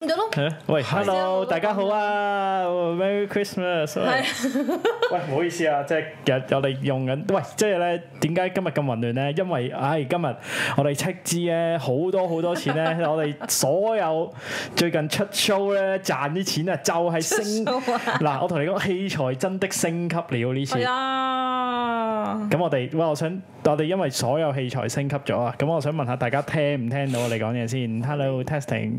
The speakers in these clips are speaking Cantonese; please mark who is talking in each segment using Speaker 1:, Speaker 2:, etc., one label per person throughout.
Speaker 1: 係啊喂
Speaker 2: 係
Speaker 1: ，hello，大家好啊，Merry Christmas！喂，唔好意思啊，即係日日我哋用緊，喂，即係咧點解今日咁混亂咧？因為唉、今日我哋斥資咧好多好多錢 咧，我哋所有最近出 show 咧賺啲錢啊，就係升
Speaker 2: 出 show 啊
Speaker 1: 嗱，我同你講器材真的升級了呢次
Speaker 2: 係。啊，
Speaker 1: 咁我哋，喂，我想我哋因為所有器材升級咗啊，咁我想問下大家聽唔聽到我哋講嘢先？Hello testing，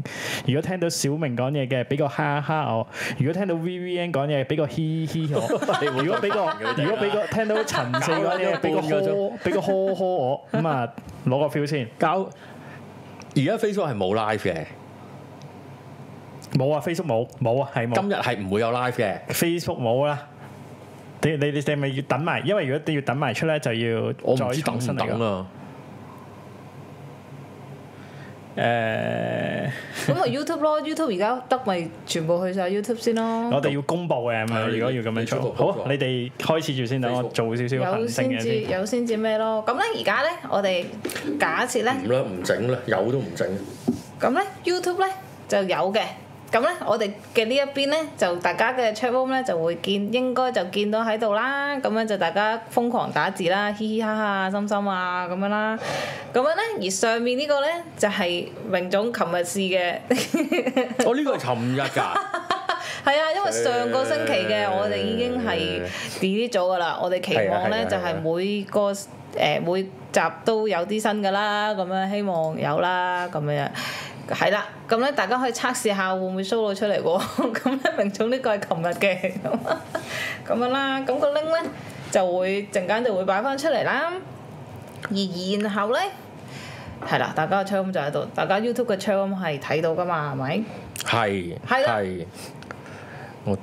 Speaker 1: 如果聽到小明講嘢嘅，俾個哈哈我；如果聽到 VVN 講嘢，俾個嘻嘻我；如果俾個如果俾個聽到陳四講嘢，俾個
Speaker 3: 搞咗半個
Speaker 1: 呵俾個呵呵我，咁啊攞個 feel 先。
Speaker 3: 搞而家 Facebook 係冇 live 嘅，
Speaker 1: 冇啊，Facebook 冇，冇啊，係冇
Speaker 3: 今。日係唔會有 live 嘅。
Speaker 1: Facebook 冇啦。你你你哋咪要等埋，因為如果你要等埋出咧，就要
Speaker 3: 我
Speaker 1: 再
Speaker 3: 唔知等
Speaker 1: 重新
Speaker 3: 唔
Speaker 1: 嚟
Speaker 3: 等
Speaker 1: 過。
Speaker 3: 啊！
Speaker 1: 誒，
Speaker 2: 咁咪 YouTube 咯，YouTube 而家得咪全部去晒 YouTube 先咯
Speaker 1: 我。哋要公佈嘅，咁
Speaker 3: 係
Speaker 1: 啊
Speaker 3: 啊
Speaker 1: 如果要咁樣
Speaker 3: 你
Speaker 1: 做，
Speaker 3: 公佈公
Speaker 1: 好
Speaker 3: 佈，
Speaker 1: 你哋開始住先，等我
Speaker 3: Facebook
Speaker 1: 做少少
Speaker 2: 有
Speaker 1: 行性
Speaker 2: 先
Speaker 1: 嘅
Speaker 2: 至
Speaker 1: 先。
Speaker 2: 有先至咩咯？咁咧而家咧，我哋假設咧，
Speaker 3: 唔啦，唔整啦，有都唔整。
Speaker 2: 咁咧 YouTube 咧就有嘅。咁咧，我哋嘅呢一邊咧，就大家嘅 chat room 咧就會見，應該就見到喺度啦。咁樣就大家瘋狂打字啦，嘻嘻哈哈、心心啊咁樣啦。咁樣咧，而上面呢個咧就係、榮總琴日試嘅。
Speaker 3: 我哦呢個係尋日 㗎，
Speaker 2: 係啊，因為上個星期嘅
Speaker 3: 誒
Speaker 2: 我哋已經係 delete 咗㗎啦，我哋期望
Speaker 3: 係啊係
Speaker 2: 咧
Speaker 3: 啊
Speaker 2: 就係每個誒、每集都有啲新㗎啦，咁樣希望有啦，咁樣係啦，咁咧大家可以測試下會唔會 show 到出嚟喎， 咁咧明總呢個係琴日嘅咁樣啦，咁、個 link 咧就會陣間就會擺翻出嚟啦，而然後咧。係啦，大家嘅 c h a 就喺度，大家 YouTube 嘅 c h a 係睇到㗎嘛，係咪？
Speaker 3: 係
Speaker 2: 係啦
Speaker 3: 係我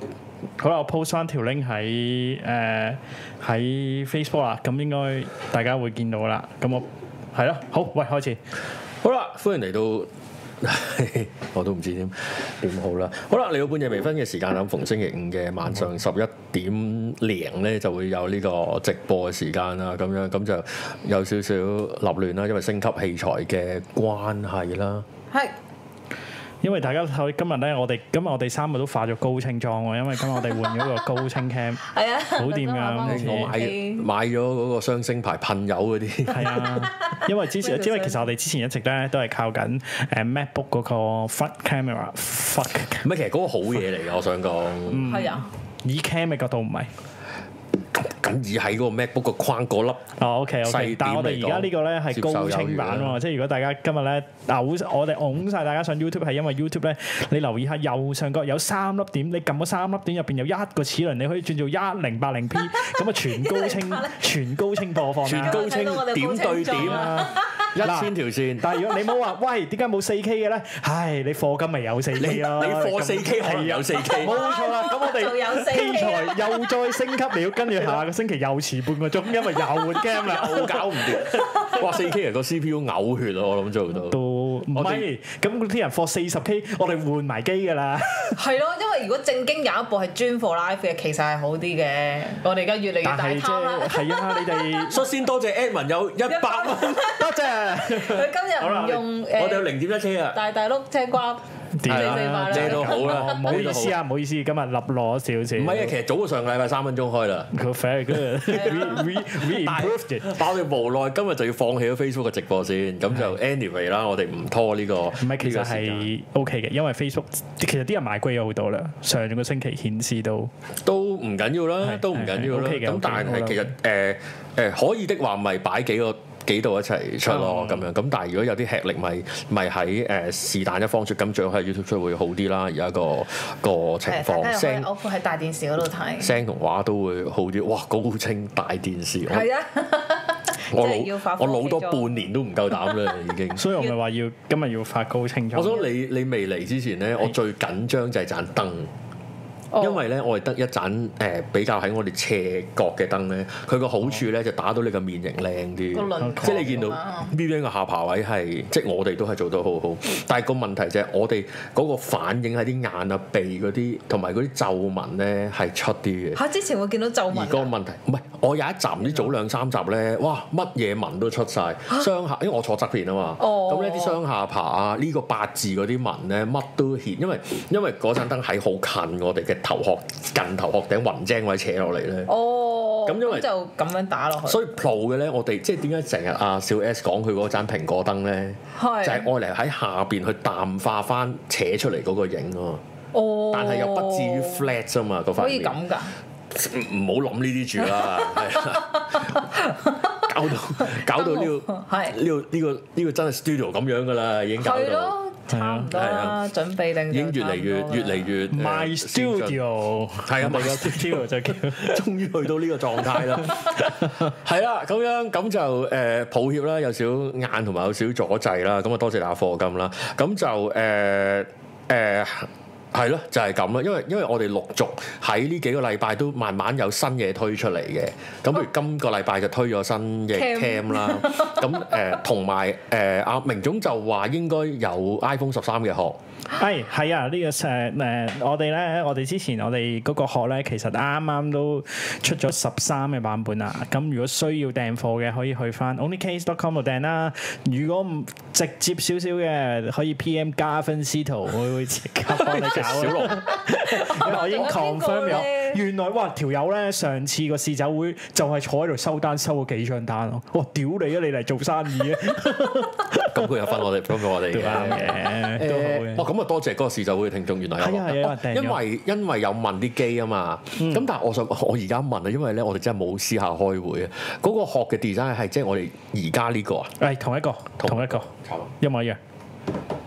Speaker 1: 好啦，我 post 翻條 link 喺誒喺 Facebook 啦，咁應該大家會見到啦。咁我係咯，好，喂，開始。
Speaker 3: 好啦，歡迎嚟到。 我都唔知點點好啦。好啦，嚟到半夜微醺嘅時間啦，咁逢星期五嘅晚
Speaker 1: 嗯
Speaker 3: 上十一點零咧，就會有呢個直播嘅時間啦。咁樣咁就有少少立亂啦，因為升級器材嘅關係啦。
Speaker 2: 係。
Speaker 1: 因為大家睇今日咧，我哋今日我哋三個都化咗高清妝喎，因為今日我哋換咗個高清 cam，
Speaker 2: 係啊，
Speaker 1: 好掂㗎咁
Speaker 2: 大家
Speaker 1: 似
Speaker 3: 我
Speaker 2: 話
Speaker 3: 買
Speaker 2: 返屋企
Speaker 3: 買咗嗰個雙星牌噴油嗰 啲，
Speaker 1: 係啊，因為之前
Speaker 2: Windows
Speaker 1: 因為其實我哋之前一直咧都係靠緊誒 MacBook 嗰個 front camera，fuck
Speaker 3: 唔係其實嗰個好嘢嚟嘅，我想講。
Speaker 2: 係啊，
Speaker 1: 以 cam 嘅角度唔係。
Speaker 3: 咁以喺嗰個 MacBook 個框嗰粒，
Speaker 1: 哦，OK
Speaker 3: 細
Speaker 1: OK，
Speaker 3: 點
Speaker 1: 但係我哋而家呢個咧係高清版
Speaker 3: 接受啊有餘
Speaker 1: 喎，即係如果大家今日咧嘔，我哋拱晒大家上 YouTube 係因為 YouTube 咧，你留意下右上角有三粒點，你撳嗰三粒點入邊有一個齒輪，你可以轉做一零八零 P，咁啊全高清全高清播放啦啊
Speaker 3: 全高清點對點，啊一千條線。
Speaker 1: 但係如果你冇話，喂，點解冇四 K 嘅咧？唉，你課金咪有四
Speaker 3: 你
Speaker 1: K
Speaker 3: 你
Speaker 1: 咯，
Speaker 3: 貨四 K
Speaker 1: 咁
Speaker 3: 哎係啊有四 K，
Speaker 1: 冇錯啦，咁我 哋
Speaker 2: 仲有
Speaker 3: 啊
Speaker 2: 4K
Speaker 1: 器材又再升級了，跟住下個星期又遲半個鐘，因為又換 game 啦。
Speaker 3: 又搞唔掂。哇！四 K 人個 CPU 嘔血啊！我諗做到。
Speaker 1: 都唔係，咁嗰啲人貨四十 K，我哋換埋機 㗎啦。
Speaker 2: 係咯，因為如果正經有一部係專 for life 嘅，其實係好啲嘅。我哋而家越嚟越
Speaker 1: 但
Speaker 2: 大
Speaker 1: 係即
Speaker 2: 貪
Speaker 1: 係
Speaker 2: 啦，
Speaker 1: 係啊，你 哋
Speaker 3: 率先多謝 Edmond 有一百蚊，
Speaker 1: 多 謝。
Speaker 2: 佢今
Speaker 1: 好啦
Speaker 2: 日唔用
Speaker 3: 我哋有
Speaker 2: 誒
Speaker 3: 零點一 K 啊！
Speaker 2: 大大碌青瓜，
Speaker 1: 點
Speaker 2: 四四八
Speaker 1: 啊？
Speaker 2: 啦
Speaker 3: 遮到好啦
Speaker 1: 哦唔好意思啊，唔好意思，今日立落少少。
Speaker 3: 唔係啊，其實早過上個禮拜三分鐘開啦，
Speaker 1: 佢 very good。We
Speaker 2: 啊
Speaker 1: we we
Speaker 3: 但
Speaker 1: improved it。
Speaker 3: 係但我哋無奈今日就要放棄咗 Facebook 嘅直播先，咁就 anyway 啦，我哋唔拖呢個呢
Speaker 1: 唔係，其實
Speaker 3: 個時間
Speaker 1: 係 OK 嘅，因為 Facebook 其實啲人買歸咗好多啦。上個星期顯示到
Speaker 3: 都唔緊要啦
Speaker 1: 係，
Speaker 3: 都唔緊要
Speaker 1: 係係
Speaker 3: 啦。
Speaker 1: OK 嘅
Speaker 3: 咁
Speaker 1: OK 嘅
Speaker 3: 但
Speaker 1: 好啦
Speaker 3: 係其實誒誒可以的話，咪擺幾個幾度一齊出咯
Speaker 1: 嗯
Speaker 3: 咁樣。咁但係如果有啲吃力，咪咪喺誒是但一方出金獎喺 YouTube 出會好啲啦。而家個個
Speaker 2: 誒
Speaker 3: 情
Speaker 2: 大家
Speaker 3: 況
Speaker 2: 又可以
Speaker 3: 聲
Speaker 2: o f 喺大電視嗰度睇。
Speaker 3: 聲同畫都會好啲。哇！高清大電視，
Speaker 2: 係啊，
Speaker 3: 我我
Speaker 2: 真係要發
Speaker 3: 老
Speaker 2: 科
Speaker 3: 我老多
Speaker 2: 技咗
Speaker 3: 半年都唔夠膽啦，已經。
Speaker 1: 所以我咪話要今日要發高清
Speaker 3: 我
Speaker 1: 咗。
Speaker 3: 想你你未嚟之前咧，我最緊張就係盞燈。
Speaker 2: 哦
Speaker 3: 因為咧，我哋得一盞誒、呃比較喺我哋斜角嘅燈咧，佢個好處咧就打到你個面型
Speaker 2: 個
Speaker 3: 靚啲，
Speaker 2: 輪廓
Speaker 3: 即係你見到
Speaker 2: 咁啊
Speaker 3: B B 個下巴位係，即係我哋都係做得好好，
Speaker 2: 嗯
Speaker 3: 但係個問題就係我哋嗰個反應喺啲眼啊、鼻嗰啲，同埋嗰啲皺紋咧係出啲嘅。
Speaker 2: 嚇之前會見到皺
Speaker 3: 而個
Speaker 2: 紋啊，
Speaker 3: 問題唔係我有一集唔知早兩三集咧，哇乜嘢文都出晒，雙下，因為我坐側邊啊嘛，
Speaker 2: 哦
Speaker 3: 咁呢啲雙下巴啊，呢個八字嗰啲文咧乜都顯，因為因為嗰盞燈喺好近我哋嘅頭殼近頭殼頂雲精位扯落嚟咧。
Speaker 2: 哦，
Speaker 3: 咁因為
Speaker 2: 就咁樣打落去，
Speaker 3: 所以 Pro 嘅咧，我哋即係點解成日阿小 S 講佢嗰盞蘋果燈咧，
Speaker 2: 係
Speaker 3: 就係愛嚟喺下邊去淡化翻扯出嚟嗰個影啊嘛，
Speaker 2: 哦，
Speaker 3: 但係又不至於 flat 啫嘛，嗰塊
Speaker 2: 可以
Speaker 3: 面
Speaker 2: 咁㗎，
Speaker 3: 唔唔好諗呢啲住啦， 係啦搞到搞 到呢、個
Speaker 2: 係
Speaker 3: 呢、個呢、個呢、個真係 studio 咁樣噶啦，已經搞
Speaker 2: 係
Speaker 3: 到
Speaker 2: 咯，差唔多
Speaker 3: 係
Speaker 2: 啦
Speaker 3: 啊，
Speaker 2: 準備定
Speaker 3: 已經越嚟越越嚟
Speaker 2: 越
Speaker 3: 越
Speaker 1: My
Speaker 3: 誒呃先進
Speaker 1: Studio
Speaker 3: 係啊
Speaker 1: 我哋
Speaker 3: My
Speaker 1: 個 studio 就叫
Speaker 3: 終於去到呢個狀態啦，係啦，咁樣咁就誒、呃抱歉啦，有少硬同埋有少阻滯啦，咁啊多謝大家課金啦，咁就誒誒係咯，就係咁啦，因為因為我哋陸續喺呢幾個禮拜都慢慢有新嘢推出嚟嘅，咁譬如今個禮拜就推咗新嘅
Speaker 2: Cam
Speaker 3: cam 啦，咁誒同埋誒阿明總就話應該有 iPhone 十三嘅殼，
Speaker 1: 係係啊！呢個誒誒，我哋咧，我哋之前我哋嗰個殼咧，其實啱啱都出咗十三嘅版本啦。啊咁如果需要訂貨嘅，可以去翻 onlycase.com 度訂啦。如果唔直接少少嘅，可以 PM 加分司徒，我會即刻幫你搞啊。
Speaker 3: 小龍
Speaker 1: 因為我已經
Speaker 2: 我聽過
Speaker 1: confirm
Speaker 2: 咧
Speaker 1: 咗，原來哇條友咧上次個試酒會就係坐喺度收單，收咗幾張單咯。哇！屌你啊！你嚟做生 意啊？
Speaker 3: 咁佢有分我哋，分俾我哋
Speaker 1: 都
Speaker 3: 嘅。
Speaker 2: 啊
Speaker 1: 啱嘅，都好嘅。
Speaker 3: 哦，咁啊多謝嗰個試酒會嘅聽眾，原來有
Speaker 1: 係啊係啊
Speaker 3: 哦
Speaker 1: 訂咗嗯
Speaker 3: 因為因為有問啲機啊嘛。咁但係我想我而家問啊，因為咧我哋真係冇私下開會啊。嗰個學嘅 design 係即係我哋而家呢個啊，
Speaker 1: 係同一個，
Speaker 3: 同
Speaker 1: 同一個，一模一樣。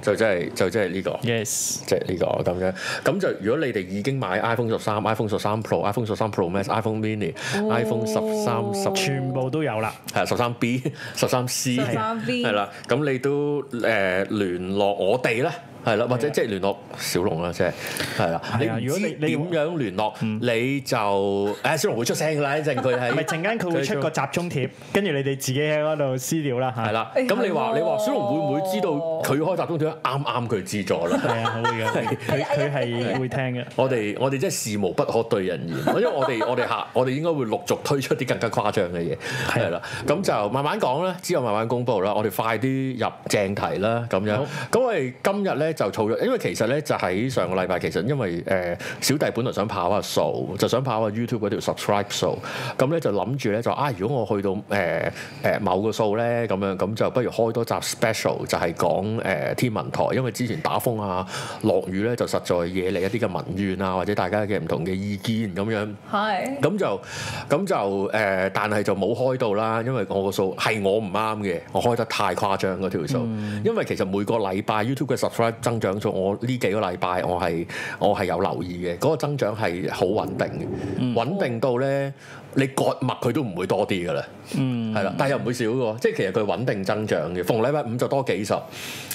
Speaker 3: 就即係就即係呢個。
Speaker 1: Yes，
Speaker 3: 即係呢個咁樣，咁就如果你哋已經買 iPhone 十三、iPhone 十三 Pro、iPhone 十三 Pro Max、iPhone Mini、iPhone
Speaker 1: 哦
Speaker 3: 十三、十
Speaker 1: 全部都 有啦。
Speaker 3: 係十三 B、十三 C
Speaker 2: 十三 B
Speaker 3: 係啦，咁你都誒、呃、聯絡我哋啦。係啦，或者
Speaker 1: 係啊
Speaker 3: 即係聯絡小龍啦，即係係啦。
Speaker 1: 係啊
Speaker 3: 你
Speaker 1: 如果
Speaker 3: 唔知
Speaker 1: 你你嗯
Speaker 3: 點樣聯絡，你就誒小龍會出聲㗎啦，一陣佢喺
Speaker 1: 唔係陣間佢會出個集中貼，跟住你哋自己喺嗰度私聊啦嚇。
Speaker 3: 係，啦。
Speaker 2: 哎
Speaker 3: 咁你
Speaker 2: 係
Speaker 3: 話
Speaker 2: 喎
Speaker 3: 你話小龍會唔會知道佢開集中點樣啱啱佢知咗啦？
Speaker 1: 係啊，會 嘅，佢佢係會聽嘅。
Speaker 3: 我哋我哋真係事無不可對人言， 因為我哋我哋下我哋應該會陸續推出啲更加誇張嘅嘢，係啦。咁就慢慢講啦，之後慢慢公佈啦。我哋快啲入正題啦，咁樣
Speaker 1: 好。
Speaker 3: 咁我哋今日咧就儲咗，因為其實咧就喺上個禮拜，其實因為誒、呃小弟本來想跑下數，就想跑下 YouTube 嗰條 subscribe 數，咁咧就諗住咧就啊，如果我去到誒誒、呃呃某個數咧咁樣，咁就不如開多集 special 就係講誒、呃天文台，因為之前打風啊、落雨咧就實在惹嚟一啲嘅民怨啊，或者大家嘅唔同嘅意見咁樣。
Speaker 2: 係
Speaker 3: 咁就咁就誒、呃但係就冇開到啦，因為我個數係我唔啱嘅，我開得太誇張嗰條數。因為其實每個禮拜 YouTube 嘅 subscribe 增長數，我呢幾個禮拜我係我係有留意嘅，嗰、個增長係好穩定嘅，穩定到咧你割脈佢都唔會多啲㗎啦。
Speaker 1: 嗯，
Speaker 3: 係啦，但係又唔會少嘅喎，即係其實佢穩定增長嘅。逢禮拜五就多幾十，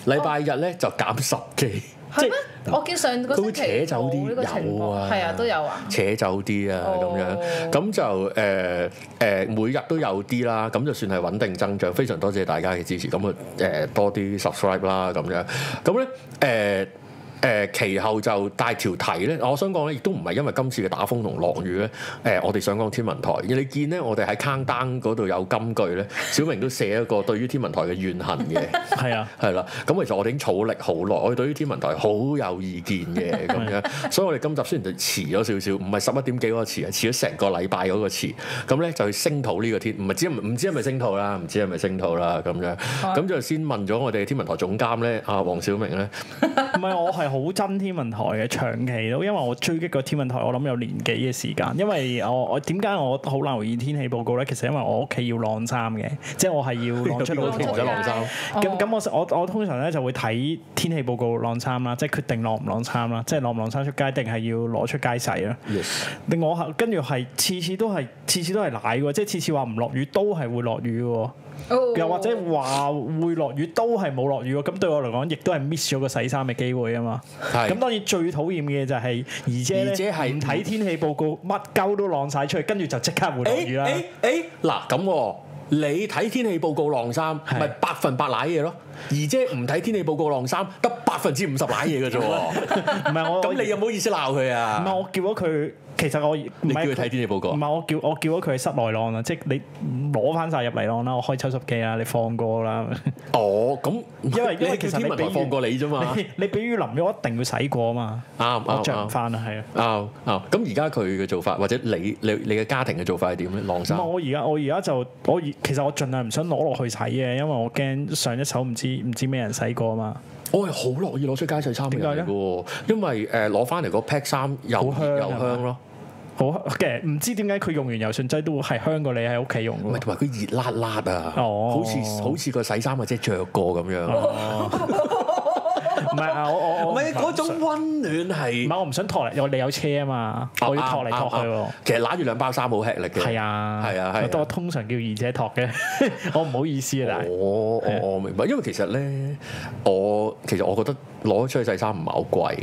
Speaker 3: 禮拜日咧就減十幾，
Speaker 2: 係咩？我見上個
Speaker 3: 佢
Speaker 2: 星
Speaker 3: 會
Speaker 2: 期
Speaker 3: 扯走啲
Speaker 2: 冇呢個情
Speaker 3: 有啊
Speaker 2: 況，係啊都有啊。
Speaker 3: 扯走啲啊咁
Speaker 2: 哦
Speaker 3: 樣，咁就誒誒、呃呃每日都有啲啦，咁就算係穩定增長，非常多謝大家嘅支持，咁啊誒多啲 subscribe 啦咁樣，咁咧誒。誒、呃其後就帶條題咧，我想講咧，亦都唔係因為今次嘅打風同落雨咧，誒、呃我哋想講天文台，你見咧我哋喺 countdown 嗰度有金句咧，小明都寫一個對於天文台嘅怨恨嘅。
Speaker 1: 係啊。
Speaker 3: 係啦，咁其實我哋已經儲力好耐，我哋對於天文台好有意見嘅咁 樣，所以我哋今集雖然就遲咗少少，唔係十一點幾嗰個遲啊，遲咗成個禮拜嗰個遲，咁咧就去聲討呢個天，唔係知唔知係咪聲討啦，唔知係咪聲討啦咁樣，咁就先問咗我哋天文台總監咧，阿黃小明咧，
Speaker 1: 唔係，我係好憎天文台嘅，長期都，因為我追擊個天文台，我諗有年幾嘅時間。因為我我點解我好留意天氣報告咧？其實因為我屋企要晾衫嘅，即係我係要 晾出
Speaker 3: 邊個
Speaker 1: 露
Speaker 3: 天
Speaker 1: 台
Speaker 3: 文
Speaker 2: 哦
Speaker 1: 嘅。
Speaker 3: 台晾衫
Speaker 1: 咁咁我我我通常咧就會睇天氣報告晾衫啦，即係決定晾唔晾衫啦，即係晾唔晾衫出街，定係要攞出街洗啦。
Speaker 3: ，yes，
Speaker 1: 另我係跟住係次次都係次次都係奶喎，即係次次話唔落雨都係會落雨嘅喎，又
Speaker 2: 又
Speaker 1: 或者話會落雨都係冇落雨喎。咁對我嚟講，亦都係 miss 咗個洗衫嘅機會啊嘛。
Speaker 3: 係
Speaker 1: 咁當然最討厭嘅就係姨姐咧
Speaker 3: 姨姐係
Speaker 1: 唔睇天氣報告，乜鳩都晾晒出去，跟住就即刻會落雨啦。
Speaker 3: 誒誒嗱咁喎，你睇天氣報告晾衫，
Speaker 1: 係
Speaker 3: 咪百分百賴嘢咯，而姐唔睇天氣報告晾衫，得百分之五十攋嘢嘅啫 喎。
Speaker 1: 唔係我
Speaker 3: 咁你有冇意思鬧佢
Speaker 1: 唔
Speaker 3: 啊
Speaker 1: 係？我叫咗佢，其實我唔
Speaker 3: 你叫
Speaker 1: 係
Speaker 3: 佢睇天氣報告
Speaker 1: 唔
Speaker 3: 啊。
Speaker 1: 係我叫我叫咗佢係室內浪啊，即係你攞翻晒入嚟浪啦，我開抽濕機啦，你放過啦。
Speaker 3: 哦，咁
Speaker 1: 因為因為
Speaker 3: 你叫
Speaker 1: 其實
Speaker 3: 天
Speaker 1: 你
Speaker 3: 文台
Speaker 1: 比喻
Speaker 3: 放過你啫 嘛。
Speaker 1: 你你俾雨淋咗，我一定要洗過啊嘛。
Speaker 3: 啱
Speaker 1: 我
Speaker 3: 啱
Speaker 1: 着唔
Speaker 3: 啱
Speaker 1: 翻啊，係啊。
Speaker 3: 啱啱。哦咁而家佢嘅做法，或者你你你嘅家庭嘅做法係點咧？晾
Speaker 1: 咁
Speaker 3: 衫
Speaker 1: 啊！。我而家我而家就我而其實我盡量唔想攞落去洗嘅，因為我驚上一手唔知唔知咩人洗過啊嘛。
Speaker 3: 我係好樂意攞出街洗衫嘅人嚟嘅喎，因為誒攞翻嚟個 pack 衫又
Speaker 1: 好香
Speaker 3: 熱
Speaker 1: 啊
Speaker 3: 又香咯，
Speaker 1: 好嘅，唔知點解佢用完柔順劑都會係香過你喺屋企用
Speaker 3: 唔
Speaker 1: 嘅喎。
Speaker 3: 係同埋佢熱辣辣啊，
Speaker 1: 哦
Speaker 3: 好似好似個洗衫或者着過咁樣，
Speaker 1: 唔係啊！我我我
Speaker 3: 唔係嗰種溫暖
Speaker 1: 唔
Speaker 3: 係
Speaker 1: 係我唔想托嚟，我你有車啊嘛，
Speaker 3: 啊
Speaker 1: 我要托嚟
Speaker 3: 啱
Speaker 1: 托去
Speaker 3: 啱
Speaker 1: 喎
Speaker 3: 啱。其實揦住兩包衫好吃力嘅，
Speaker 1: 係啊，
Speaker 3: 係啊
Speaker 1: 我
Speaker 3: 係
Speaker 1: 我
Speaker 3: 啊。
Speaker 1: 通常叫二姐托嘅， 我唔好意思啊，
Speaker 3: 哦
Speaker 1: 但係
Speaker 3: 我我我明白，因為其實咧，我其實我覺得攞出去洗衫唔係好貴，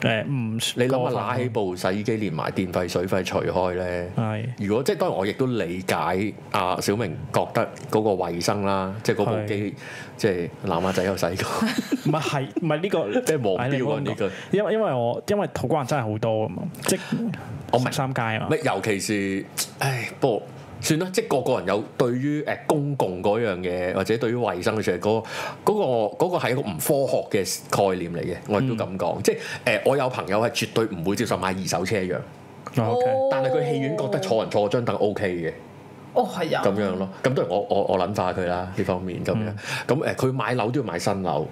Speaker 1: 誒唔
Speaker 3: 你諗下
Speaker 1: 過
Speaker 3: 揦
Speaker 1: 分
Speaker 3: 起部洗衣機連埋電費水費除開咧。
Speaker 1: 係
Speaker 3: 如果即係當然，我亦都理解阿小明覺得嗰個衞生啦，即係嗰部機，即係南亞仔有洗過，
Speaker 1: 唔係係唔係呢個
Speaker 3: 即係黃
Speaker 1: 唉你
Speaker 3: 標
Speaker 1: 唔好
Speaker 3: 嗰
Speaker 1: 咁
Speaker 3: 呢
Speaker 1: 講
Speaker 3: 句。
Speaker 1: 因為因為我因為土瓜灣真係好多啊嘛，即
Speaker 3: 我明
Speaker 1: 十三街啊嘛，
Speaker 3: 咪尤其是，唉，不過算啦，即係個個人有對於誒公共嗰樣嘢，或者對於衞生嘅嘢，嗰、嗰個嗰、個係一個唔科學嘅概念嚟嘅，我亦都
Speaker 2: 嗯
Speaker 3: 咁講。即係誒、呃我有朋友係絕對唔會接受買二手車一樣，
Speaker 1: 哦，OK
Speaker 3: 但係佢戲院覺得坐人坐張凳 O K 嘅。
Speaker 2: 哦係啊，嗯
Speaker 3: 咁樣咯。咁當然我我我諗化佢啦呢方面咁樣。咁誒呃佢買樓都要買新樓，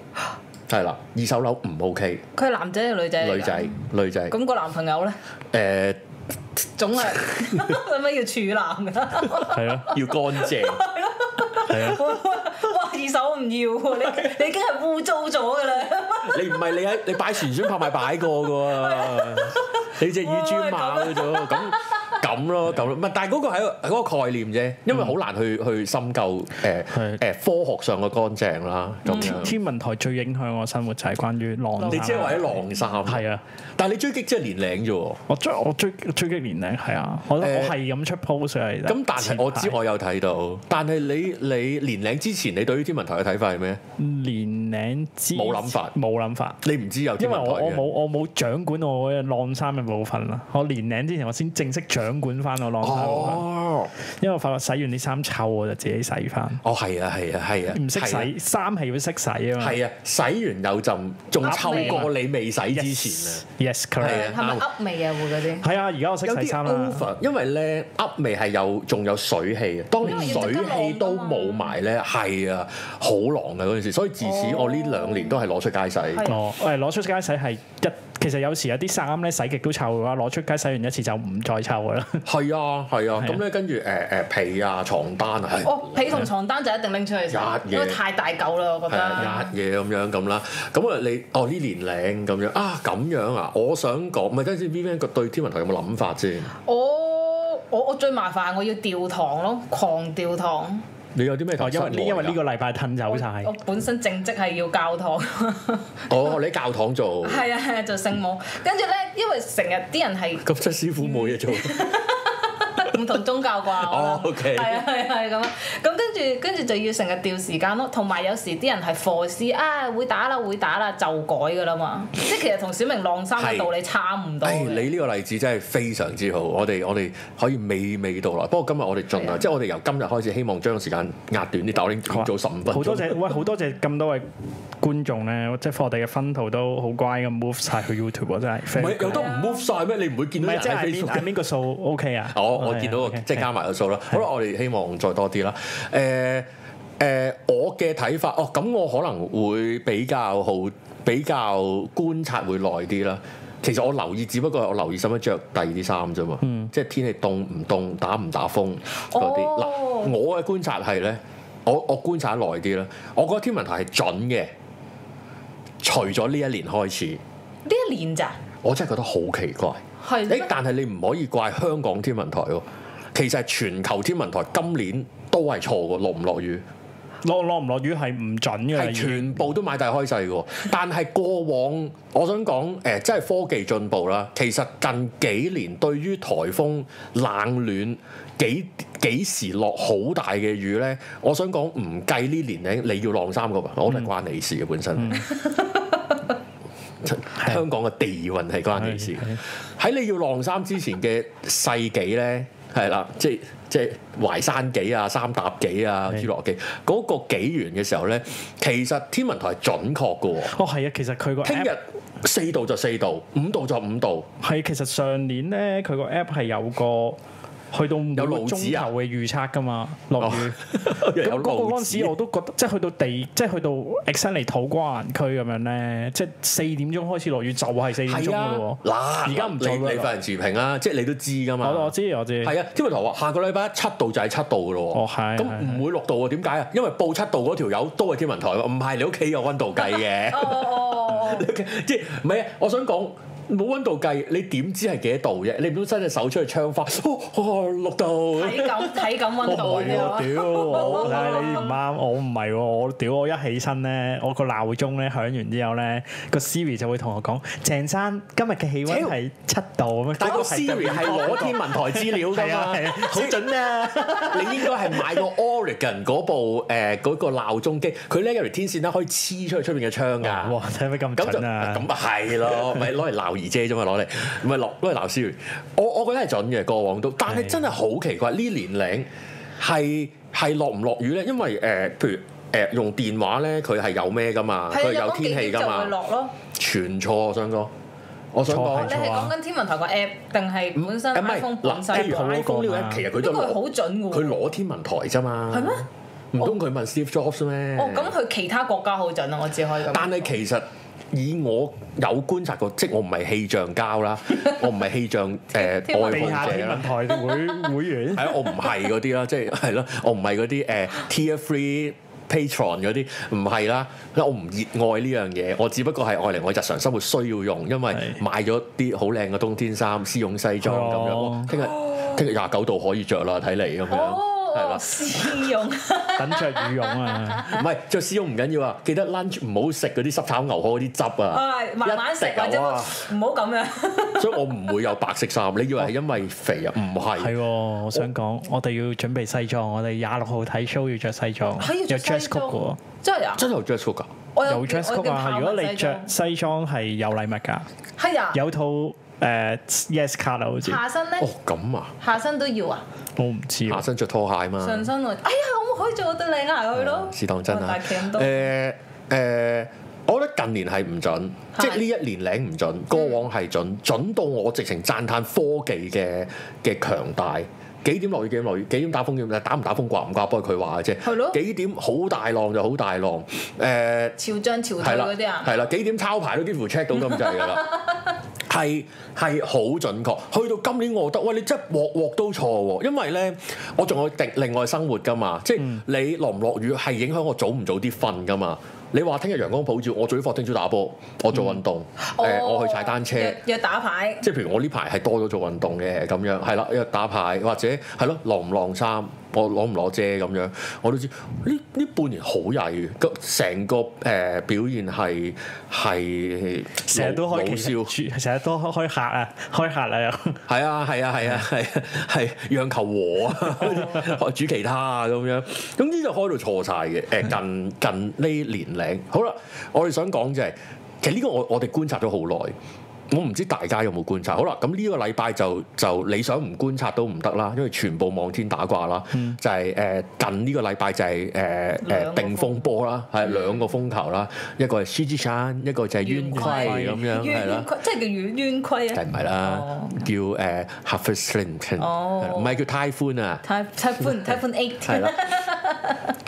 Speaker 3: 係啦，二手樓唔 OK。
Speaker 2: 佢係男仔定女仔啊嚟㗎
Speaker 3: 女仔女仔呃
Speaker 2: 咁個男朋友咧，
Speaker 3: 誒
Speaker 2: 總 係做咩叫處男㗎？
Speaker 1: 係咯
Speaker 3: 要乾淨，
Speaker 1: 係 啊。
Speaker 2: 哇！二手唔要喎，你你已經係污糟咗㗎啦。
Speaker 3: 你唔係你喺你擺旋轉拍賣擺過㗎喎， 你隻乳豬馬咗
Speaker 1: 啊
Speaker 3: 咁。咁咯，咁咯，唔係，但係嗰個係一個係嗰個概念啫，因為好難去去深究誒誒
Speaker 1: 嗯係嗯
Speaker 3: 科學上嘅乾淨啦，咁
Speaker 1: 天
Speaker 3: 樣。
Speaker 1: 天文台最影響我生活就係關於浪
Speaker 3: 你即係話啲晾衫，
Speaker 1: 係啊！
Speaker 3: 但係你追擊即係年領啫喎。
Speaker 1: 我追我追追擊年齡係啊！我我
Speaker 3: 誒
Speaker 1: 係咁出 post 嚟。
Speaker 3: 咁但係我知我有睇到，但係你你年領之前，你對於天文台嘅睇法係咩？
Speaker 1: 年齡之
Speaker 3: 冇諗法
Speaker 1: 冇諗法。
Speaker 3: 你唔知有
Speaker 1: 因
Speaker 3: 天
Speaker 1: 為
Speaker 3: 文
Speaker 1: 我
Speaker 3: 台嘅
Speaker 1: 我冇我冇掌管我嘅浪衫嘅部分啦，我年領之前我先正式掌管翻我浪衫嘅部分，
Speaker 3: 哦
Speaker 1: 因為我發覺洗完啲衫臭我就自己洗翻，
Speaker 3: 哦係啊係啊係啊，
Speaker 1: 唔識
Speaker 3: 係啊
Speaker 1: 洗衫係要識洗啊嘛。
Speaker 3: 係啊，洗完有陣仲臭
Speaker 2: 啊
Speaker 3: 過你未洗之前啊！
Speaker 1: Yes
Speaker 3: 係
Speaker 1: correct。
Speaker 3: 啊
Speaker 2: 係咪噏味啊？會嗰啲？
Speaker 1: 係啊，而家我識
Speaker 3: 有
Speaker 1: 洗
Speaker 3: 啲
Speaker 1: 衫啦。
Speaker 3: over，因為咧噏味係有仲有水氣嘅，啊當年
Speaker 2: 因為要
Speaker 3: 水
Speaker 2: 即刻
Speaker 3: 氣都冇埋咧，係啊，好狼嘅嗰陣時，所以自此我呢兩年都係攞出街洗。
Speaker 2: 哦係
Speaker 1: 哦，誒攞出街洗係一，其實有時有啲衫咧洗極都臭嘅話，攞出街洗完一次就唔再臭 嘅啦。
Speaker 3: 係啊係啊，咁咧跟住誒誒被啊床單啊，係
Speaker 2: 哦，被同床單就一定拎出去洗
Speaker 3: 一，
Speaker 2: 因為
Speaker 3: 嘢
Speaker 2: 太大嚿啦，我覺
Speaker 3: 係
Speaker 2: 哦
Speaker 3: 啊，
Speaker 2: 得。
Speaker 3: 壓嘢咁樣咁啦，咁啊你哦呢年齡咁樣啊咁樣啊，我想講，唔係等陣先 Vivian 對天文台有冇諗法先？
Speaker 2: 我哦我我最麻煩，我要掉糖咯，狂掉糖。
Speaker 3: 你有啲咩頭
Speaker 1: 哦，因為呢
Speaker 3: 失 望
Speaker 1: 因為呢
Speaker 3: 㗎
Speaker 1: 個禮拜褪走晒
Speaker 2: 我。本身正職係要教堂，
Speaker 3: 哦，你喺教堂做，
Speaker 2: 係啊係啊，做聖母。跟住咧，因為成日啲人係
Speaker 3: 咁即係師傅冇嘢做，
Speaker 2: 唔同宗教啩。
Speaker 3: 哦
Speaker 2: 我覺得
Speaker 3: OK
Speaker 2: 係啊係啊係咁啊。咁跟住跟住就要成日調時間咯，同埋有時啲人係課師啊會打啦會打啦就改㗎啦 嘛，即係其實同小明晾衫嘅
Speaker 3: 係
Speaker 2: 道理差唔多
Speaker 3: 哎，
Speaker 2: 嘅
Speaker 3: 你呢個例子真係非常之好，我哋我哋可以娓娓道來。不過今日我哋
Speaker 2: 係
Speaker 3: 盡
Speaker 2: 啊
Speaker 3: 量，即係我哋由今日開始，希望將時間壓短啲，但我哋已經做十五分
Speaker 1: 好多
Speaker 3: 鐘。
Speaker 1: 謝喂，好多謝咁多位觀眾咧，即係我哋嘅分圖都好乖咁 move 晒去 YouTube 啊，真係 very
Speaker 3: 唔係
Speaker 1: good。
Speaker 3: 有得唔 move 晒咩？你唔會見
Speaker 1: 唔
Speaker 3: 到人
Speaker 1: 係即係
Speaker 3: 喺
Speaker 1: I mean
Speaker 3: Facebook
Speaker 1: I mean 個數 OK 啊？
Speaker 3: 哦，我
Speaker 1: 係
Speaker 3: 見到個
Speaker 1: OK，
Speaker 3: 即係加埋個數啦。好啦，我哋希望再多啲啦。誒、誒、我嘅睇法，哦，咁我可能會比較好，比較觀察會耐啲啦。其實我留意，只不過係我留意使乜着第二啲衫啫嘛。
Speaker 1: 嗯
Speaker 3: 即係天氣凍唔凍，打唔打風嗰啲。嗱、
Speaker 2: 哦
Speaker 3: 我嘅觀察係咧，我我觀察耐啲啦。我覺得天文台係準嘅，除咗呢一年開始，
Speaker 2: 呢一年咋
Speaker 3: 我真係覺得好奇怪。
Speaker 2: 係
Speaker 3: 誒
Speaker 2: 咩，
Speaker 3: 但係你唔可以怪香港天文台喎，其實係全球天文台今年都係錯嘅，落唔落雨？
Speaker 1: 落落唔落雨係唔準嘅啦
Speaker 3: 係
Speaker 1: 已經。
Speaker 3: 全部都買大開細嘅喎，但係過往我想講誒、即係科技進步啦。其實近幾年對於颱風冷暖幾幾時落好大嘅雨咧，我想講唔計呢年齡，你要晾衫個嘛，我覺得關你事嘅本身。 香港嘅地運係關你事。喺你要晾衫之前嘅世紀咧，係啦，即係即係淮山紀啊、三搭紀啊、
Speaker 1: 係
Speaker 3: 侏羅紀嗰個紀元嘅時候咧，其實天文台係準確嘅喎。
Speaker 1: 哦，係啊，其實佢個
Speaker 3: 聽
Speaker 1: app
Speaker 3: 日四度就四度，五度就 五度，
Speaker 1: 係其實上年咧，佢個 app 係有個去到每個
Speaker 3: 有路
Speaker 1: 鐘
Speaker 3: 子啊哦
Speaker 1: 頭嘅預測㗎嘛，落雨。
Speaker 3: 有
Speaker 1: 咁嗰個嗰
Speaker 3: 路
Speaker 1: 陣
Speaker 3: 子
Speaker 1: 時我都覺得，即係去到地，即係去到 exactly 土瓜灣區咁樣咧，即係四點鐘開始落雨，就係四點鐘
Speaker 3: 係
Speaker 1: 㗎
Speaker 3: 啊
Speaker 1: 咯。
Speaker 3: 嗱，
Speaker 1: 而家唔
Speaker 3: 你
Speaker 1: 做㗎啦
Speaker 3: 你發人持平啦，啊即係你都知㗎
Speaker 1: 喎。
Speaker 3: 嘛。
Speaker 1: 我我知我知，
Speaker 3: 係啊，天文台話下個禮拜一七度就係七度㗎咯喎。
Speaker 1: 哦係
Speaker 3: 咁
Speaker 1: 係係
Speaker 3: 唔會六度啊？點解啊？因為報七度嗰條友都係天文台喎，唔係你屋企有温度計 嘅。
Speaker 2: 哦哦哦，
Speaker 3: 即係唔係啊？我想講冇温度計，你點知係幾多度啫？你唔通伸隻手出去窗花，哦哦六度。
Speaker 2: 體 感體感温度
Speaker 1: 我唔係
Speaker 2: 嘅喎，
Speaker 1: 喎，屌我睇你唔啱，我唔係喎，我屌我一起身咧，我個鬧鐘咧響完之後咧，個 Siri 就會同我講：鄭生今日嘅氣温係七度咁樣。
Speaker 3: 但係個
Speaker 1: 嗰係特
Speaker 3: Siri
Speaker 1: 別
Speaker 3: 係攞天文台資料㗎
Speaker 1: 係啊
Speaker 3: 嘛
Speaker 1: 係啊，
Speaker 3: 好準啊！你應該係買個 Oregon 嗰部誒嗰個鬧鐘機，佢咧有條天線咧可以黐出去出面嘅窗
Speaker 2: 啊
Speaker 3: 㗎。
Speaker 1: 哦哇，睇咩咁
Speaker 3: 咁就
Speaker 1: 準啊！
Speaker 3: 咁啊 係咯，咪攞嚟鬧姨姐啫嘛，攞嚟唔係攞攞嚟鬧思源。我我覺得係準嘅，過往都，但係
Speaker 1: 係
Speaker 3: 真係好奇怪，呢年齡係係落唔落雨咧？因為誒、呃譬如誒、呃用電話咧，佢係有咩噶嘛，
Speaker 2: 啊
Speaker 3: 佢係有天氣
Speaker 2: 就
Speaker 3: 噶
Speaker 2: 會
Speaker 3: 嘛，
Speaker 2: 落咯。
Speaker 3: 全錯我想講，我想講
Speaker 1: 錯
Speaker 2: 你係講緊天文台個 app 定係本身
Speaker 3: 啊誒唔
Speaker 2: iPhone
Speaker 3: 係
Speaker 2: 本
Speaker 3: 嗱，
Speaker 2: 身
Speaker 3: 譬如
Speaker 2: 呢
Speaker 3: iPhone 呢個
Speaker 1: 啊
Speaker 3: app 其實佢
Speaker 2: 個
Speaker 3: 都
Speaker 2: 係好
Speaker 3: 攞
Speaker 2: 準嘅
Speaker 3: 佢
Speaker 2: 喎。哦
Speaker 3: 攞天文台啫嘛，
Speaker 2: 係咩？
Speaker 3: 唔通佢問 Steve Jobs 咩？
Speaker 2: 哦，咁佢其他國家好準啊！我只可以咁講。
Speaker 3: 嗯但係其實以我有觀察過，即係我唔係氣象 膠啦，我唔係氣象誒、呃、
Speaker 2: 天文
Speaker 3: 愛
Speaker 1: 地下
Speaker 3: 好者
Speaker 2: 啊
Speaker 1: 天文
Speaker 3: 啦。
Speaker 1: 台會會員
Speaker 3: 係啊，我唔係嗰啲啦，即係係咯，我唔係嗰啲誒 tier three patron 嗰啲，唔係啦，因為我唔熱愛呢樣嘢，我只不過係愛嚟我日常生活需要用，因為
Speaker 1: 係
Speaker 3: 買咗啲好靚嘅冬天衫、絲絨西裝咁
Speaker 1: 係
Speaker 3: 樣，
Speaker 1: 啊
Speaker 2: 哦
Speaker 3: 哇聽日聽日廿九度可以着啦，睇嚟咁樣，係
Speaker 2: 哦
Speaker 3: 啦，，
Speaker 2: 試用
Speaker 1: 等着羽絨啊！
Speaker 3: 唔係着絲絨唔緊要啊，記得 lunch 唔好食嗰啲濕炒牛河嗰啲汁啊
Speaker 2: 啊，，慢慢食
Speaker 3: 一滴
Speaker 2: 或者
Speaker 3: 啊哇
Speaker 2: 唔好咁樣。
Speaker 3: 所以我唔會有白色衫。你以為係因為肥啊？唔
Speaker 1: 係
Speaker 3: 係，
Speaker 1: 喎，我想講，我哋要準備西裝，我哋廿六號睇 show 要着西裝，
Speaker 2: 係哦要
Speaker 1: 有
Speaker 2: 着
Speaker 1: dress
Speaker 2: 西
Speaker 1: code 嘅喎
Speaker 2: 裝，真係啊！
Speaker 3: 真係有 dress code 㗎。
Speaker 2: 我有
Speaker 1: 有 dress
Speaker 2: 我
Speaker 1: code 啊！
Speaker 2: 叫豹紋
Speaker 1: 如果你
Speaker 2: 西裝
Speaker 1: 着西裝係有禮物㗎，
Speaker 2: 係啊，
Speaker 1: 有套誒 yes 卡啊，好似
Speaker 2: 下身咧
Speaker 3: 哦，，咁啊，
Speaker 2: 下身都要啊，
Speaker 1: 我唔知
Speaker 3: 下
Speaker 1: 喎。
Speaker 3: 身着拖鞋嘛。
Speaker 2: 上身我，哎呀，我可以做對靚牙去咯，
Speaker 3: 是嗯當真啊
Speaker 2: 大旗咁！多，
Speaker 3: 誒誒，我覺得近年係唔準，
Speaker 2: 係嗯
Speaker 3: 即係呢一年零唔準，過往係準，準到我直情讚歎科技嘅嘅強大。幾點落雨幾點落雨，幾點打風幾點打唔打風掛唔掛波佢話嘅啫。
Speaker 2: 係咯
Speaker 3: 幾點好大浪就好大浪，誒、
Speaker 2: 潮漲潮
Speaker 3: 係
Speaker 2: 退
Speaker 3: 啦
Speaker 2: 嗰啲，啊，
Speaker 3: 係啦，幾點抄牌都幾乎 check 到咁滯㗎 啦。係係好準確，去到今年我覺得，喂你真係鑊鑊都錯喎，因為咧我仲有定另外生活㗎嘛，即係你落唔落雨係影響我早唔早啲瞓㗎嘛。你話聽日陽光普照，我早啲放聽朝打波，我做運動，誒、
Speaker 2: 嗯哦
Speaker 3: 我去踩單車。
Speaker 2: 約約打牌，
Speaker 3: 即係譬如我呢排係多咗做運動嘅咁樣，係啦，因為打牌或者係咯，晾唔晾衫，我攞唔攞遮咁樣，我都知呢呢半年好曳嘅，咁成個誒、呃表現係係
Speaker 1: 成日都
Speaker 3: 老
Speaker 1: 開
Speaker 3: 老少
Speaker 1: 其，住成日都開客啊，開客啊又。
Speaker 3: 係啊係啊係啊係啊係讓求和啊， 煮其他啊咁樣，總之就開到錯晒嘅。誒近近呢年齡，好啦，我哋想講就係、其實呢個我我哋觀察咗好耐。我唔知大家有冇觀察，好啦，咁呢個禮拜就就你想唔觀察都唔得啦，因為全部望天打卦啦，就係、誒、近呢個禮拜就係誒
Speaker 2: 兩
Speaker 3: 誒
Speaker 2: 個
Speaker 3: 定風波啦，係兩個風球啦，一個係獅子山，一個就係冤虧咁樣，係啦
Speaker 2: 冤。虧，即係叫冤冤虧
Speaker 3: 梗
Speaker 2: 啊！
Speaker 3: 唔係啦
Speaker 2: 哦，
Speaker 3: 叫誒 h a f e r s l i m
Speaker 2: 哦
Speaker 3: 唔係叫 Typhoon 啊，
Speaker 2: 太太寬太寬 eight，
Speaker 3: 係啦。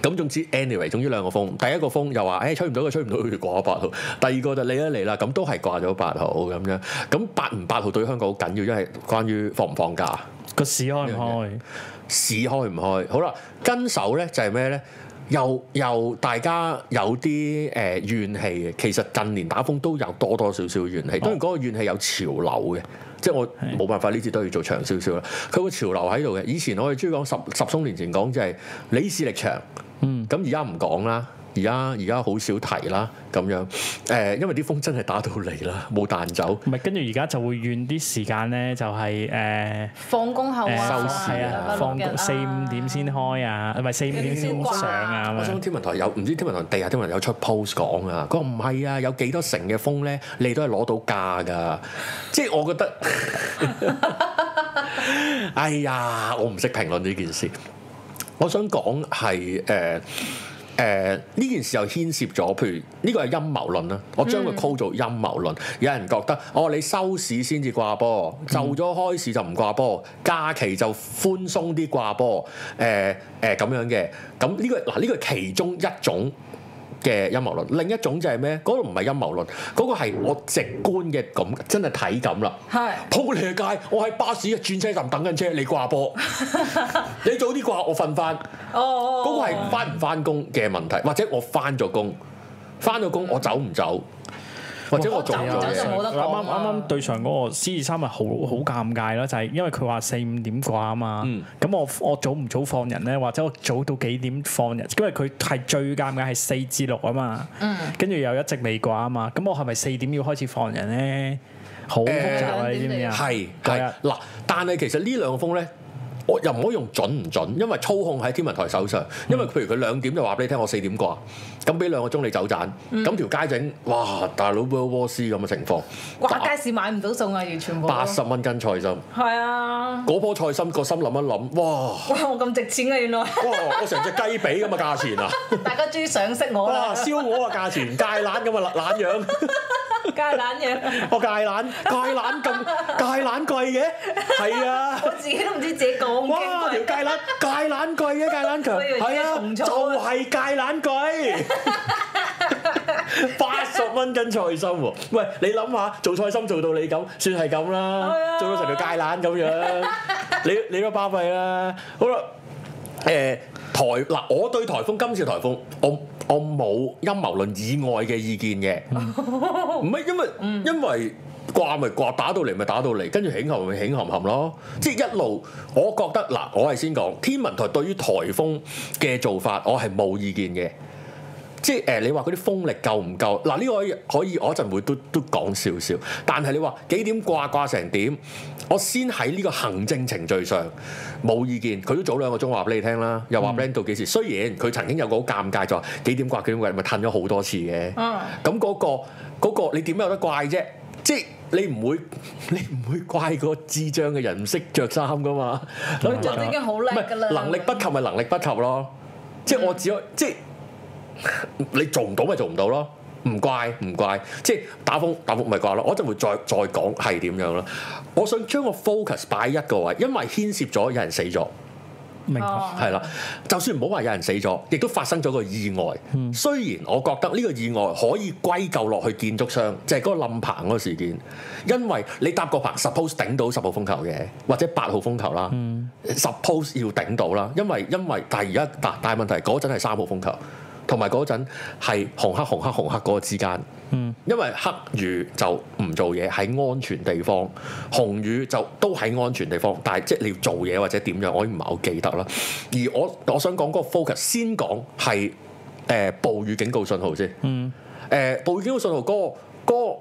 Speaker 3: 咁總之，anyway，總之兩個風，第一個風又話 誒吹唔到嘅，吹唔到佢掛咗八號。第二個就你一嚟啦，咁都係掛咗八號咁樣。咁八唔八號對香港好緊要，因為關於放唔放假。
Speaker 1: 個市開唔開？
Speaker 3: 市開唔開？好啦，跟手咧就係咩咧？又又大家有啲誒、呃怨氣嘅，其實近年打風都有多多少少怨氣，當然嗰個怨氣有潮流嘅，即係我冇辦法呢次都要做長少少啦。佢個潮流喺度嘅，以前我哋中意講十十鬆年前講就係李氏力場，
Speaker 1: 嗯
Speaker 3: 咁而家唔講啦，而家而家好少提啦，咁樣誒、因為啲風真係打到嚟啦，冇彈走。
Speaker 1: 唔係跟住而家就會遠啲時間咧，就係誒
Speaker 2: 放工後啊，
Speaker 3: 收市
Speaker 1: 係啊，放
Speaker 2: 禮拜六日
Speaker 1: 四五點先開啊，唔係四五點先上啊
Speaker 3: 我
Speaker 1: 咁
Speaker 3: 想
Speaker 1: 樣。
Speaker 3: 天文台有唔知天文台地下天文台有出 post 講啊，佢話唔係啊，有幾多成嘅風咧，你都係攞到價㗎，即係我覺得， 哎呀，我唔識評論呢件事。我想講係呃誒誒呢件事又牽涉咗，譬如呢個係陰謀論啦，我將佢 call 做陰謀論。有人覺得哦，你收市先至掛波，就咗開市就唔掛波，假期就寬鬆啲掛波，誒誒咁樣嘅。咁呢個嗱呢個係其中一種。嘅陰謀論，另一種就係咩？嗰、個唔係陰謀論，嗰、個係我直觀嘅感，真係體感啦。
Speaker 2: 係
Speaker 3: 鋪你個街，我喺巴士嘅轉車站等緊車，你掛波，你早啲掛，我瞓翻。
Speaker 2: 哦哦，
Speaker 3: 嗰個係翻唔翻工嘅問題，或者我翻咗工，翻咗工我走唔走，或者我做咗
Speaker 2: 走唔走就
Speaker 3: 嘢。
Speaker 2: 冇得講啊啦
Speaker 1: 啱啱啱啱對上嗰個 C 二三係好好尷尬啦，就係、因為佢話四五點掛啊嘛，
Speaker 2: 嗯
Speaker 1: 咁、我我早唔早放人咧，或者我早到幾點放人？因為佢係最尷尬係四至六啊嘛，跟住、又一直未掛啊嘛，咁我係咪四點要開始放人咧？好複雜啊，
Speaker 2: 誒
Speaker 1: 你知唔知啊？
Speaker 3: 係
Speaker 1: 係
Speaker 3: 係
Speaker 1: 啊
Speaker 3: 嗱，但係其實呢兩個風咧。我又唔可以用準唔準，因為操控喺天文台手上。因為譬如佢兩點就話俾你聽，我四點掛，咁俾兩個鐘你走盞，咁、條街整哇大佬 World War C 咁嘅情況，
Speaker 2: 掛街市買唔到餸啊，完全冇。
Speaker 3: 八十蚊斤菜心，
Speaker 2: 係啊，
Speaker 3: 嗰棵菜心個心諗一諗，哇
Speaker 2: 哇！我咁值錢嘅原來，
Speaker 3: 哇！我成隻雞髀咁嘅價錢啊！
Speaker 2: 大家終於賞識我
Speaker 3: 哇！
Speaker 2: 啦，
Speaker 3: 燒鵝嘅價錢，芥蘭咁嘅懶樣，
Speaker 2: 街冷嘢，
Speaker 3: 哦我芥蘭芥蘭咁芥蘭貴嘅，係啊！
Speaker 2: 我自己都唔知自己講
Speaker 3: 哇！
Speaker 2: 經
Speaker 3: 條
Speaker 2: 貴。
Speaker 3: 芥蘭芥蘭貴嘅芥蘭強，
Speaker 2: 我以為自己
Speaker 3: 係啊，
Speaker 2: 重
Speaker 3: 就
Speaker 2: 咗
Speaker 3: 係芥蘭貴。八十蚊斤菜心喎，喂，你諗下做菜心做到你咁，算係咁啦
Speaker 2: 係，啊
Speaker 3: 做到成條芥蘭咁 樣，你你都巴閉啦。好啦，誒、台嗱，我對颱風今次颱風，我我冇陰謀論以外嘅意見 嘅，唔係因為、
Speaker 2: 嗯
Speaker 3: 因為掛咪掛，打到嚟咪打到嚟，跟住慶冚咪慶冚冚咯，即係一路我覺得嗱，我係先講天文台對於颱風嘅做法，我係冇意見嘅。即係誒、呃你話嗰啲風力夠唔夠？嗱，呢、個可以可以，我一陣會都都講少少。但係你話幾點掛掛成點？我先喺呢個行政程序上冇意見，佢都早兩個鐘話俾你聽啦，又話俾你聽到幾時。雖然佢曾經有個好尷尬，就話幾點掛幾點掛，咪褪咗好多次嘅。
Speaker 2: 嗯
Speaker 3: 咁嗰、個嗰、個你點有得怪啫？即係你唔會 你唔會怪個智障嘅人唔識着衫噶嘛？
Speaker 2: 佢做得已經好
Speaker 3: 唔
Speaker 2: 叻㗎啦，
Speaker 3: 係能力不及咪能力不及咯，即係我只可即係 你做唔到咪做唔到咯，唔怪唔怪，即係打風打風咪怪咯。我就會再再講係點樣啦。我想將個 focus 擺一個位，因為牽涉咗有人死咗。
Speaker 1: 明白。
Speaker 2: 哦
Speaker 3: 係啦，就算唔好話有人死咗，亦都發生咗個意外。雖然我覺得呢個意外可以歸咎落去建築商，就係、嗰個冧棚嗰個事件，因為你搭個棚 suppose 頂到十號風球嘅，或者八號風球啦、s u p p o s e 要頂到啦，因為因為但係而家但但係問題嗰陣係三號風球，同埋嗰陣係紅黑紅黑紅黑嗰個之間。因為黑雨就唔做嘢喺安全地方，紅雨就都喺安全地方，但係即係你要做嘢或者點樣，我已經唔係好記得啦。而我我想講嗰個 focus 先講係誒暴雨警告信號先。嗯。誒、暴雨警告信號嗰、個嗰、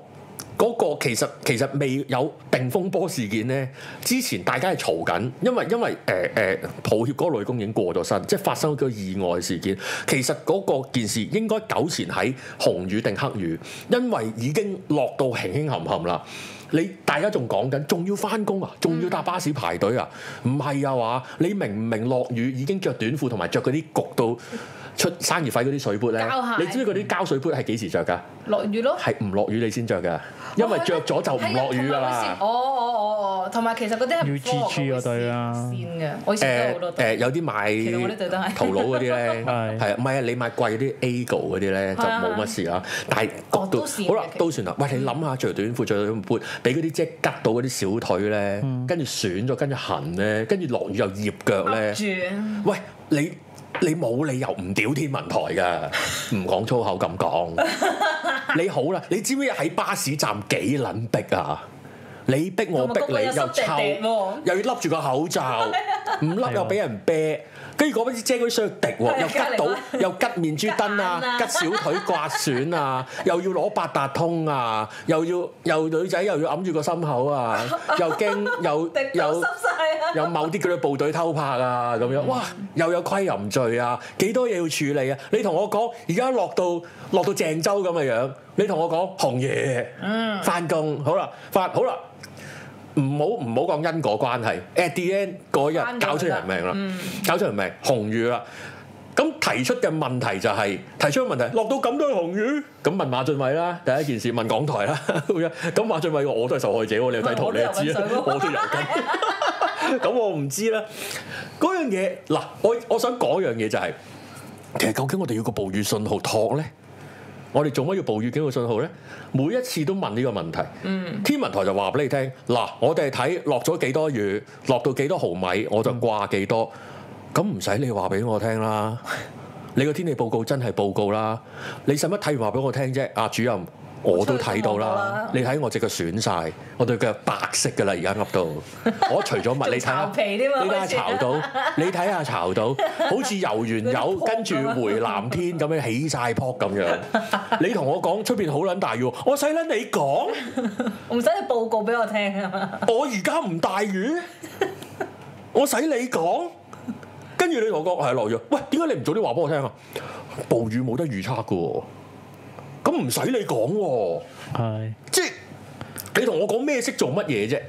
Speaker 3: 嗰個其實其實未有定風波事件咧，之前大家係嘈緊，因為因為誒誒抱歉嗰個女工已經過咗身，即係發生咗個意外事件。其實嗰個件事應該糾纏喺紅雨定黑雨，因為已經落到輕輕冚冚啦。你大家仲講緊，仲要翻工啊，仲要搭巴士排隊啊？唔係啊話，你明唔明落雨已經着短褲同埋着嗰啲焗到出生熱痱嗰啲水缽咧
Speaker 2: 膠？鞋
Speaker 3: 你知唔知嗰啲膠水缽係幾時着㗎？
Speaker 2: 落雨咯。
Speaker 3: 係唔落雨你先着㗎，因為着咗就唔落雨㗎啦
Speaker 2: 係啊同埋嗰時。哦哦哦哦，同埋其實嗰啲係
Speaker 1: UGG 嗰對啦
Speaker 2: 線嘅，啊我以前都有好
Speaker 3: 誒
Speaker 2: 多
Speaker 3: 誒，
Speaker 2: 對。
Speaker 3: 有啲買
Speaker 2: 其實我呢對都係
Speaker 3: 淘寶嗰 啲咧，
Speaker 1: 係
Speaker 3: 係啊唔係啊？你買貴啲 AGO 嗰啲咧就
Speaker 2: 係啊
Speaker 3: 冇乜事啦。但係
Speaker 2: 哦
Speaker 3: 焗到
Speaker 2: 都算嘅
Speaker 3: 好啦
Speaker 2: 其，實嗯
Speaker 3: 都算啦。喂，你諗下着短褲着短褲，俾嗰啲即係拮到嗰啲小腿咧，跟住損咗，跟住痕咧，跟住落雨又醃腳
Speaker 2: 啊
Speaker 3: 咧。
Speaker 2: 住
Speaker 3: 喂，你你冇理由唔屌天文台 㗎，唔講粗口 咁講。你好啦，你知唔知喺巴士站幾撚逼啊？你逼我逼你又臭，又要笠住個口罩，唔笠又俾人啤，跟住嗰啲遮嗰啲水滴喎，又吉到又吉面珠燈啊， 吉小腿刮損啊，又要攞八達通啊，又要又女仔又要揞住個心口啊，又驚 又又。有某啲叫你部隊偷拍啊咁樣，哇！又有窺淫罪啊，幾多嘢要處理啊！你同我講，而家落到落到鄭州咁嘅樣，你同我講紅爺，嗯，翻工好啦，翻好啦，唔好唔好講因果關係，at the end 嗰日
Speaker 2: 翻咗
Speaker 3: 搞出
Speaker 2: 佢啦嗯
Speaker 3: 人命啦，搞出人命，紅雨啦。咁提出嘅問題就係、提出嘅問題，落到咁多紅雨，咁問馬俊偉啦，第一件事問港台啦， 咁樣咁馬俊偉話我都係受害者喎，你有睇圖
Speaker 2: 我
Speaker 3: 你
Speaker 2: 都
Speaker 3: 就知
Speaker 2: 有
Speaker 3: 啦
Speaker 2: 份，水喎
Speaker 3: 我都有跟。 咁我唔知啦。嗰樣嘢嗱，我我想講樣嘢就係、其實究竟我哋要個暴雨信號托咧？我哋做乜要暴雨警告信號咧？每一次都問呢個問題。嗯、天文台就話俾你聽，嗱，我哋係睇落咗幾多雨，落到幾多毫米，我就掛幾多。咁唔使你話俾我聽啦。你個天氣報告真係報告啦，你使乜睇完話俾我聽啫？啊，主任，我都睇到啦。
Speaker 2: 我出
Speaker 3: 你睇我只腳損晒，我對腳白色㗎啦，而家噏到。我除咗襪，你睇
Speaker 2: 仲
Speaker 3: 下
Speaker 2: 巢，皮添啊
Speaker 3: 你睇下
Speaker 2: 開始
Speaker 3: 巢到，你睇下巢到，好似遊完油跟住回南天咁樣起晒泡咁樣。你同我講出邊好撚大雨喎，我使撚你講，我而家唔大雨，我使你講。跟住你同我講係落雨，喂，點解你唔早啲話俾我聽啊？暴雨冇得預測嘅喎，咁唔使你講喎、
Speaker 1: 係
Speaker 3: 即係你同我講咩識做乜嘢啫？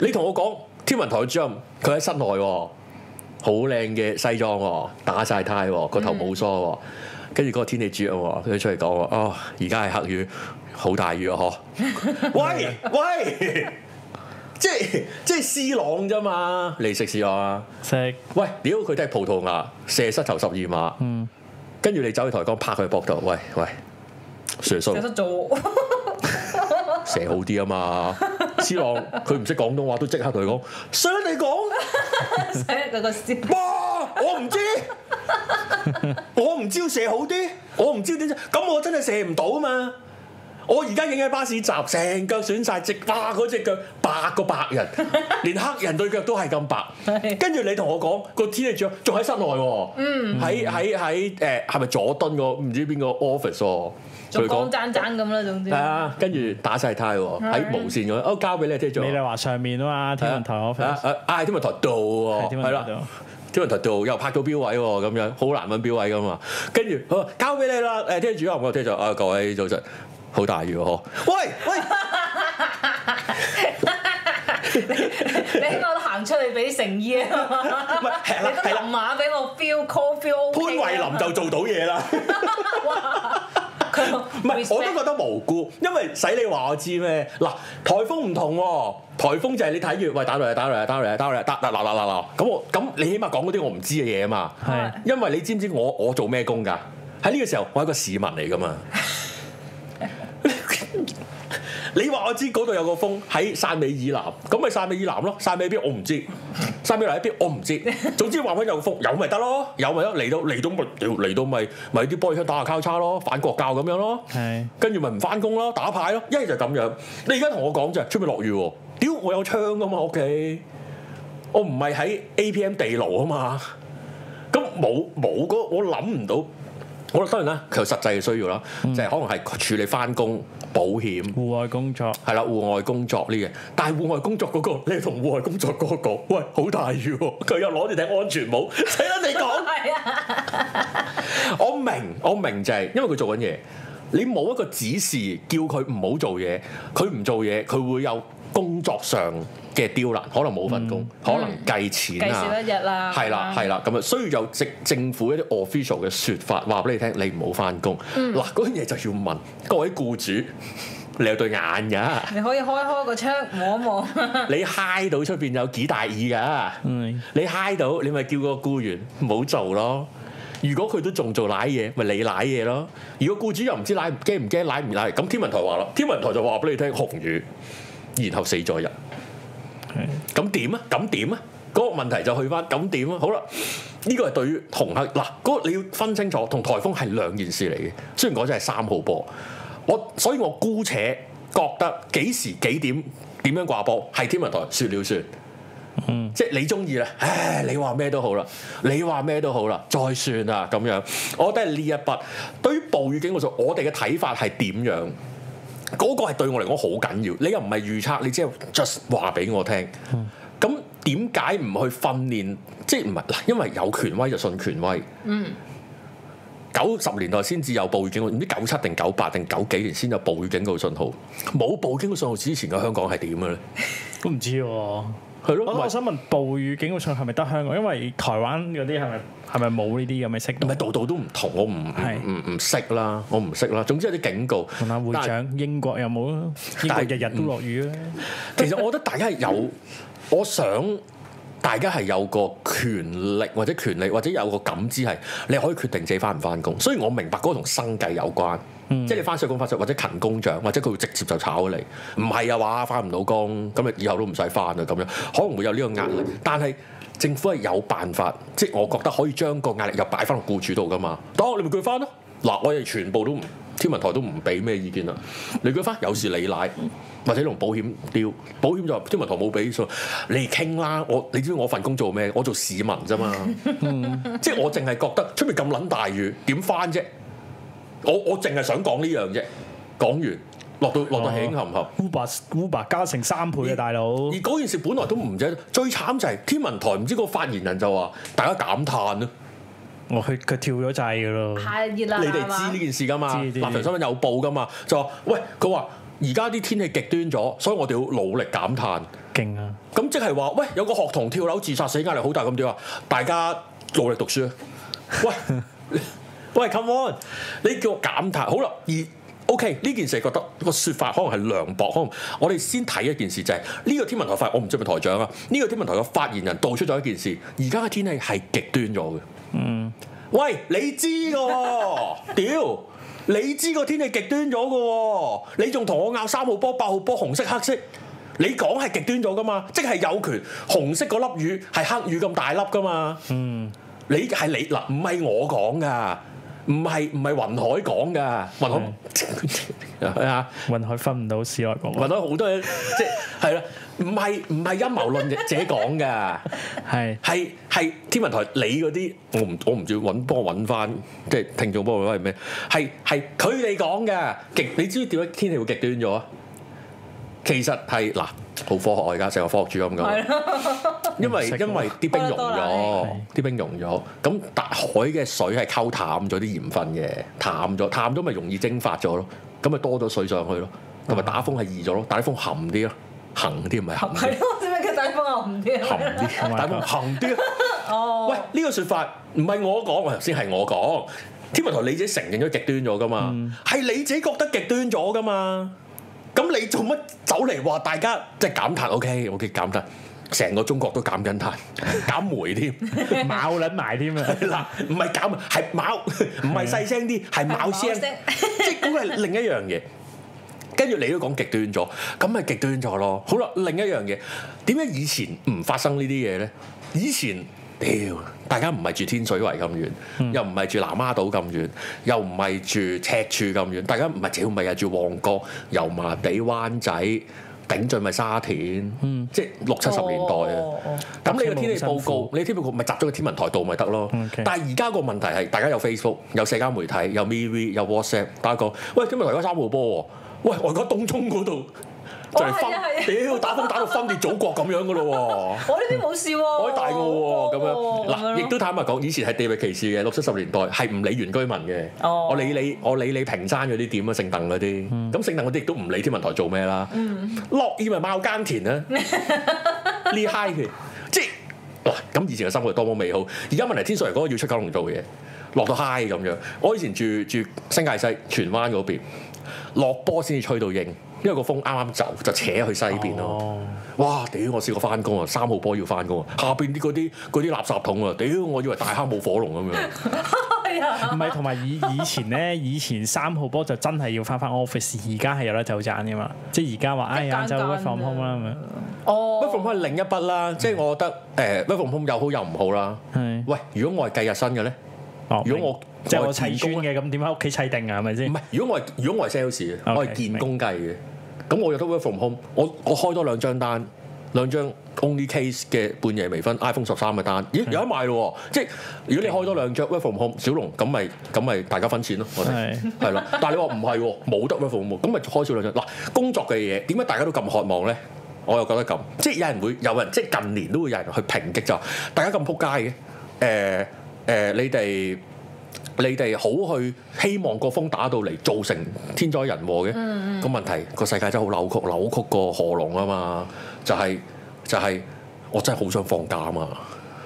Speaker 3: 你同我講天文台主任佢喺室內喎、好靚嘅西裝喎、打晒呔喎，個頭冇梳喎，跟住嗰個天氣主任喎，佢出嚟講喎，哦，而家係黑雨，好大雨啊！嗬，喂喂，即係即係 C 朗啫嘛，你食 C 朗啊？
Speaker 1: 食
Speaker 3: 喂，屌佢都係葡萄牙射失頭十二碼，
Speaker 1: 嗯
Speaker 3: 跟住你走去台江拍佢膊頭，喂喂，射叔。寫好啲啊嘛。C 朗佢唔識廣東話都即刻同佢講，想你講，哇！我唔知，我唔知要射好啲，我唔知點，咁我真係射唔到啊嘛。我而家影喺巴士站，成腳損晒，直哇嗰只腳白個白人，連黑人對腳都係咁白。跟住你同我講個天氣仲仲喺室內喎，喺喺喺誒係咪佐敦個唔知邊個 office 喎？佢講係啊，跟住打晒呔喎，喺無線咁樣，哦交俾你聽做。
Speaker 1: 你哋話上面啊嘛，天文台
Speaker 3: 啊
Speaker 1: office
Speaker 3: 啊啊！天文台度
Speaker 1: 係
Speaker 3: 喎，
Speaker 1: 天
Speaker 3: 係
Speaker 1: 文
Speaker 3: 啦
Speaker 1: 台，度。
Speaker 3: 天文台度又拍到標位喎，咁樣好難揾標位噶嘛。跟住佢話交俾你啦，誒聽主任，我聽就啊各位早晨，好大雨喎，呵喂喂。
Speaker 2: 啊啊
Speaker 3: 唔係係啦係啦，潘慧琳就做到嘢啦。唔係，我都覺得無辜，因為使你話我知咩？嗱，颱風唔同喎、颱風就係你睇住，喂打落嚟，打落嚟，打落嚟，打落嚟，打嗱嗱嗱嗱嗱，咁我咁你起碼講嗰啲我唔知嘅嘢啊嘛，
Speaker 1: 係
Speaker 3: 因為你知唔知我我做咩工㗎？喺呢個時候，我係一個市民嚟㗎嘛。 你話我知嗰度有個風喺汕尾以南，咁咪汕尾以南咯，汕尾邊我唔知，汕尾嚟喺邊我唔知。總之話翻有個風，有咪得咯，有咪得嚟到嚟到咪屌嚟到咪咪啲玻璃窗打下交叉咯，反國教咁樣咯。
Speaker 1: 係
Speaker 3: 跟住咪唔翻工咯，打牌咯，一係就咁樣。你而家同我講就係出面落雨喎，屌我有窗噶嘛屋企，我唔係喺 APM 地牢啊嘛，咁冇冇嗰我諗唔到。我當然啦，佢有實際嘅需要啦，就係可能係處理翻工、保險。
Speaker 1: 户外工作
Speaker 3: 係啦，戶外工作呢嘅，但係戶外工作嗰、個，你同戶外工作嗰、個講，喂，好大雨喎、佢又攞住頂安全帽，使得你講。
Speaker 2: 啊
Speaker 3: 啊 我明，我明就係因為佢做緊嘢，你冇一個指示叫佢唔好做嘢，佢唔做嘢，佢會有工作上嘅刁難，可能冇份工，可能嗯計錢啊。係啦，係啦，咁啊，所以就政政府一啲 official 嘅説法話俾你聽，你唔好翻工。嗱，嗰樣嘢就要問各位僱主，你有對眼 㗎， 你嗨到出邊有幾大耳㗎？
Speaker 1: 嗯
Speaker 3: 你嗨到，你咪叫個僱員唔好做咯。如果佢都仲做奶嘢，咪你奶嘢咯。如果僱主又唔知奶驚唔驚奶唔奶，咁天文台話啦，天文台就話俾你聽紅雨，然後死咗人。
Speaker 1: 係
Speaker 3: 咁點啊？咁點啊？嗰、個問題就去翻咁點啊？好啦，呢、個係對於紅黑嗱，嗰、個你要分清楚，同颱風係兩件事嚟嘅。雖然嗰陣係三號波，我所以我姑且覺得幾時幾點點樣掛波，係天文台説了算。即係你中意啦，唉，你話咩都好啦，你話咩都好啦，再算啦咁樣。我覺得係呢一筆對於暴雨警告數，我哋嘅睇法係點樣？嗰個係對我嚟講好緊要，你又唔係預測，你只係 just 話俾我聽。咁點解唔去訓練？即係唔係嗱？因為有權威就信權威。
Speaker 2: 嗯。
Speaker 3: 九十年代先至有暴雨警告，唔知九七定九八定九幾年先有暴雨警告信號。冇暴雨警告信號之前嘅香港係點嘅咧？
Speaker 1: 都唔知喎。我
Speaker 3: 係咯，
Speaker 1: 我
Speaker 3: 咪
Speaker 1: 想問暴雨警告信係咪得香港？因為台灣嗰啲係咪係咪冇呢啲咁嘅識
Speaker 3: 唔
Speaker 1: 度
Speaker 3: 係？度度都唔同，我唔
Speaker 1: 係
Speaker 3: 唔唔唔識啦，我唔識啦。總之有啲警告。
Speaker 1: 問下會
Speaker 3: 但係
Speaker 1: 長，英國有冇啊？英國
Speaker 3: 但係
Speaker 1: 日日都落雨啊！
Speaker 3: 其實我覺得大家係有，我想大家係有個權力或者權利或者有個感知係，你可以決定自己翻唔翻工。雖然我明白嗰個同生計有關，即係你翻水工翻水或者勤工獎，或者佢會直接就炒你。唔係啊話翻唔到工，咁你以後都唔使翻啦咁樣，可能會有呢個壓力。但係政府係有辦法，即係我覺得可以將個壓力又擺翻落僱主度噶嘛。得，哦你咪叫佢翻咯。嗱，我哋全部都唔天文台都唔俾咩意見啦。你叫佢翻，有事你奶。或者同保險屌，保險就話天文台冇俾數，你哋傾啦。我你知唔知我份工做咩？我做市民啫嘛，即係我淨係覺得出面咁撚大雨，點翻啫？我我淨係想講呢樣啫。講完落到落到起冚冚。
Speaker 1: Uber Uber 加成三倍啊，大佬！
Speaker 3: 而嗰件事本來都唔啫，最慘就係天文台唔知個發言人就話大家啊減碳咯。
Speaker 1: 我佢佢跳咗掣噶咯，
Speaker 2: 太熱啦，
Speaker 3: 你哋
Speaker 2: 係嘛
Speaker 3: 知呢件事噶嘛？
Speaker 1: 知
Speaker 3: 立
Speaker 1: 知
Speaker 3: 場新聞有報噶嘛？就話喂，佢話而家啲天氣極端咗，所以我哋要努力減碳。
Speaker 1: 勁啊！
Speaker 3: 咁即係話，喂，有個學童跳樓自殺死壓力好大，咁點啊？大家努力讀書啊！喂喂，come on！你叫我減碳，好啦，而 OK 呢件事覺得個説法可能係涼薄，可能我哋先睇一件事就係、呢、個天文台發，我唔知係咪台長啊？呢、個天文台嘅發言人道出咗一件事，而家嘅天氣係極端咗嘅。喂，你知㗎喎，屌！你知個天氣極端咗㗎喎，你仲同我拗三號波、八號波、紅色、黑色，你講係極端咗㗎嘛？即係有權紅色嗰粒雨係黑雨咁大粒㗎嘛？嗯，你係你嗱，唔係我講㗎，唔係唔係雲海講㗎，雲海 啊。
Speaker 1: 雲海分唔到市內國
Speaker 3: 或
Speaker 1: 外，
Speaker 3: 者好多嘢，即係係啦，唔係唔係陰謀論者講㗎，
Speaker 1: 係
Speaker 3: 係係天文台你嗰啲，我唔我唔知揾幫我揾翻，即係聽眾幫我揾係咩？係係佢哋講嘅極，你知唔知點解天氣會極端咗啊？其實係嗱，好科學啊！而家成個科學主咁講，
Speaker 2: 係咯，
Speaker 3: 因為
Speaker 1: 唔識喎
Speaker 3: 因為啲冰融
Speaker 2: 多啦
Speaker 3: 咗
Speaker 2: 多
Speaker 1: 啦，
Speaker 3: 啲冰融咗，咁大海嘅水係溝淡咗啲鹽分嘅，淡咗淡咗咪容易蒸發咗咯，咁咪多咗水上去咯，
Speaker 1: 啊
Speaker 3: 同埋打風係易咗咯，打風含啲咯，行啲唔係含啲
Speaker 2: 係，咯，點解佢底風我唔知
Speaker 3: 含
Speaker 2: 啊？
Speaker 3: 啲，打風含啲咯。
Speaker 2: 哦
Speaker 3: 喂，，呢個説法唔係我講，我頭先係我講。天文台你自己承認咗極端咗噶嘛？係、你自己覺得極端咗噶嘛？咁你做乜走嚟話大家即係減碳？OK，OK，、減碳，成個中國都減緊碳， 減煤添。
Speaker 1: 咬撚埋添啊！
Speaker 3: 嗱，唔係減，係卯，唔係細聲啲，係
Speaker 2: 係
Speaker 3: 卯
Speaker 2: 某
Speaker 3: 聲，
Speaker 2: 聲
Speaker 3: 即係嗰個係另一樣嘢。跟住你都講極端咗，咁咪極端咗咯。好啦，另一樣嘢，點解以前唔發生呢啲嘢咧？以前屌，大家唔係住天水圍咁遠，又唔係住南丫島咁遠，又唔係住赤柱咁遠，大家唔係屌，咪係住旺角、油麻地、灣仔，頂盡咪沙田，即係六七十年代啊。
Speaker 2: 哦哦
Speaker 3: 咁你個天氣報告，你天氣報告咪集中喺天文台度咪得咯
Speaker 1: OK
Speaker 3: 但係而家個問題係，大家有 Facebook、有社交媒體、有 MeWe、有 WhatsApp，大家講，喂，天文台而家三號波喎，喂，我而家東涌嗰度就嚟
Speaker 2: 哦係啊
Speaker 3: 分，
Speaker 2: 係
Speaker 3: 屌打風打到分裂祖國咁樣噶咯喎！
Speaker 2: 我呢邊冇事喎，
Speaker 3: 我喺大澳喎，咁樣
Speaker 2: 哦咁
Speaker 3: 嗱，
Speaker 2: 咯
Speaker 3: 亦都坦白講，以前係地域歧視嘅，六七十年代係唔理原居民嘅。
Speaker 2: 哦嗯
Speaker 3: 我理你，我理你平山嗰啲點啊，聖鄧嗰啲，咁聖鄧嗰啲亦都唔理天啊文台做咩啦。落雨咪貓 耕田啊啦，呢嗨嘅，即係嗱咁以前嘅生活多麼美好，而家問題天水圍嗰個要出九龍做嘢，落到嗨咁樣。我以前住住新界西荃灣嗰邊，落波先至吹到應，因為個風啱啱走就扯去西邊咯。
Speaker 1: 哦，
Speaker 3: 哇！屌，我試過翻工啊，三號波要翻工啊，下邊啲嗰啲嗰啲垃圾桶啊，屌！我以為大坑冇火龍咁樣，
Speaker 2: 係啊
Speaker 1: 唔係同埋以以前咧，以前三號波就真係要翻翻 office，而家係有得走賺噶嘛，即係而家話唉
Speaker 2: 一間
Speaker 1: 晏晝
Speaker 2: 間
Speaker 1: work from home 啦咁樣，
Speaker 2: 哦，
Speaker 3: 不 from home 係另一筆啦，即係我覺得誒不 from home 又好又唔好啦。
Speaker 1: 係
Speaker 3: 喂，如果我係計日薪嘅咧，
Speaker 1: 哦
Speaker 3: 如果我
Speaker 1: 明即係我砌
Speaker 3: 我係自
Speaker 1: 磚
Speaker 3: 工
Speaker 1: 嘅，咁點喺屋企砌定啊？係咪
Speaker 3: 唔
Speaker 1: 先？
Speaker 3: 係如果我係如果我係 sales 嘅，
Speaker 1: OK，
Speaker 3: 我係見工計嘅，咁我又得 work from home，我我開多兩張單，兩張 only case 嘅半夜微醺 iPhone 十三嘅單，咦
Speaker 1: 嗯
Speaker 3: 有得賣咯喎！即係如果你開多兩張 work from home，小龍咁咪咁咪大家分錢咯，我哋
Speaker 1: 係
Speaker 3: 係啦。但係你話唔係喎，冇得 work from home，咁咪開少兩張。嗱，工作嘅嘢點解大家都咁渴望咧？我又覺得咁，即係有人會有人即係近年都會有人去抨擊就話大家咁撲街嘅，誒、誒、你哋。你哋好去希望個風打到嚟，造成天災人禍嘅。個、問題個世界真係好扭曲，扭曲個河龍啊嘛，就係、就係、我真係好想放假啊嘛，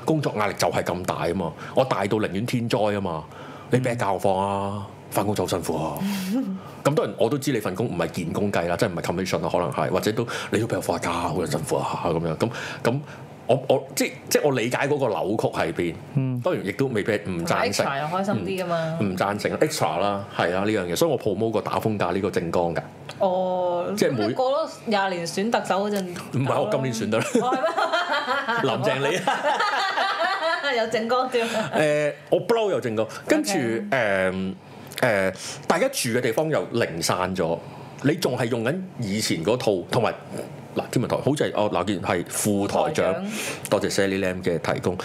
Speaker 3: 工作壓力就係咁大啊嘛，我大到寧願天災啊嘛，你咩教我放啊？翻工就好辛苦 啊！咁當然我都知你份工唔係見工計啦，即係唔係 commission 啊，可能係或者都你都俾我放假，好撚辛苦啊咁樣咁咁。我我即即我理解嗰個扭曲喺邊，當然亦都未必係嗯唔贊成。
Speaker 2: extra 又開心啲噶嘛。
Speaker 3: 唔贊成 extra 啦，係啊呢樣嘢，所以我 promote 個打風假呢個政綱㗎，
Speaker 2: 哦，
Speaker 3: 即係每
Speaker 2: 咁你過咗廿年選特首嗰陣，
Speaker 3: 唔係我今年選得啦，林鄭你啊，
Speaker 2: 有政綱添。
Speaker 3: 誒 我不嬲有政綱，跟住誒誒大家住嘅地方又零散咗，你仲係用緊以前嗰套，同埋嗱天文台好似係哦嗱件係副台長
Speaker 2: 副台，
Speaker 3: 多謝 Sally Lam 嘅提供。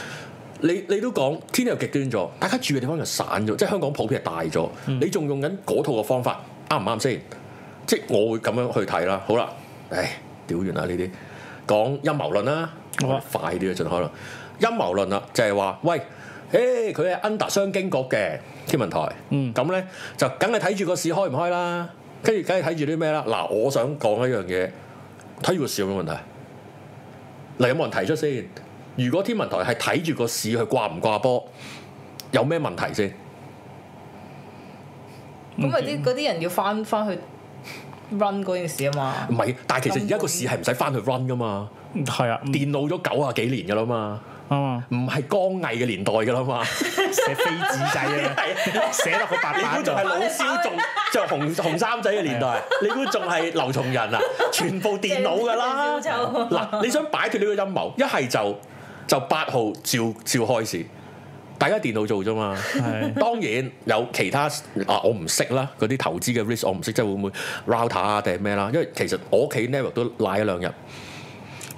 Speaker 3: 你你都講天氣又極端咗，大家住嘅地方又散咗，即係香港普遍係大咗。你仲用緊嗰套嘅方法啱唔啱先？即係我會咁樣去睇啦。好啦，唉，屌完啦呢啲，講陰謀論啦，
Speaker 1: 好啊
Speaker 3: 快啲啊，盡可能陰謀論啦，就係話喂，誒佢係 under 商經局嘅天文台，
Speaker 1: 嗯
Speaker 3: 咁咧就梗係睇住個市開唔開啦，跟住梗係睇住啲咩啦。嗱，我想講一樣嘢，睇住個市有冇問題？嗱，有冇人提出先？如果天文台係睇住個市去掛唔掛波，有咩問題先？
Speaker 2: 咁咪啲嗰啲人要翻翻去 run 嗰件事啊嘛
Speaker 3: 唔。係，但係其實而家個市係唔使翻去 run 噶嘛，
Speaker 1: 係啊，
Speaker 3: 電腦咗九啊幾年噶啦嘛，
Speaker 1: 啱啊，
Speaker 3: 唔係光藝嘅年代 噶啦嘛，
Speaker 1: 寫飛紙仔 啊，寫落個白
Speaker 3: 你估
Speaker 1: 板度
Speaker 3: 仲係。老蕭 仲着紅紅衫仔嘅年 代？你估仲係劉松仁啊？全部電腦噶啦
Speaker 2: 鄭少秋！
Speaker 3: 嗱，你想擺脱呢個陰謀，一係就就八號照照開市，大家電腦做啫 嘛。
Speaker 1: 係
Speaker 3: 當然有其他啊，我唔識啦，嗰啲投資嘅 risk 我唔識，即係會唔會 router 啊定係咩啦？因為其實我屋企 never 都賴一兩日。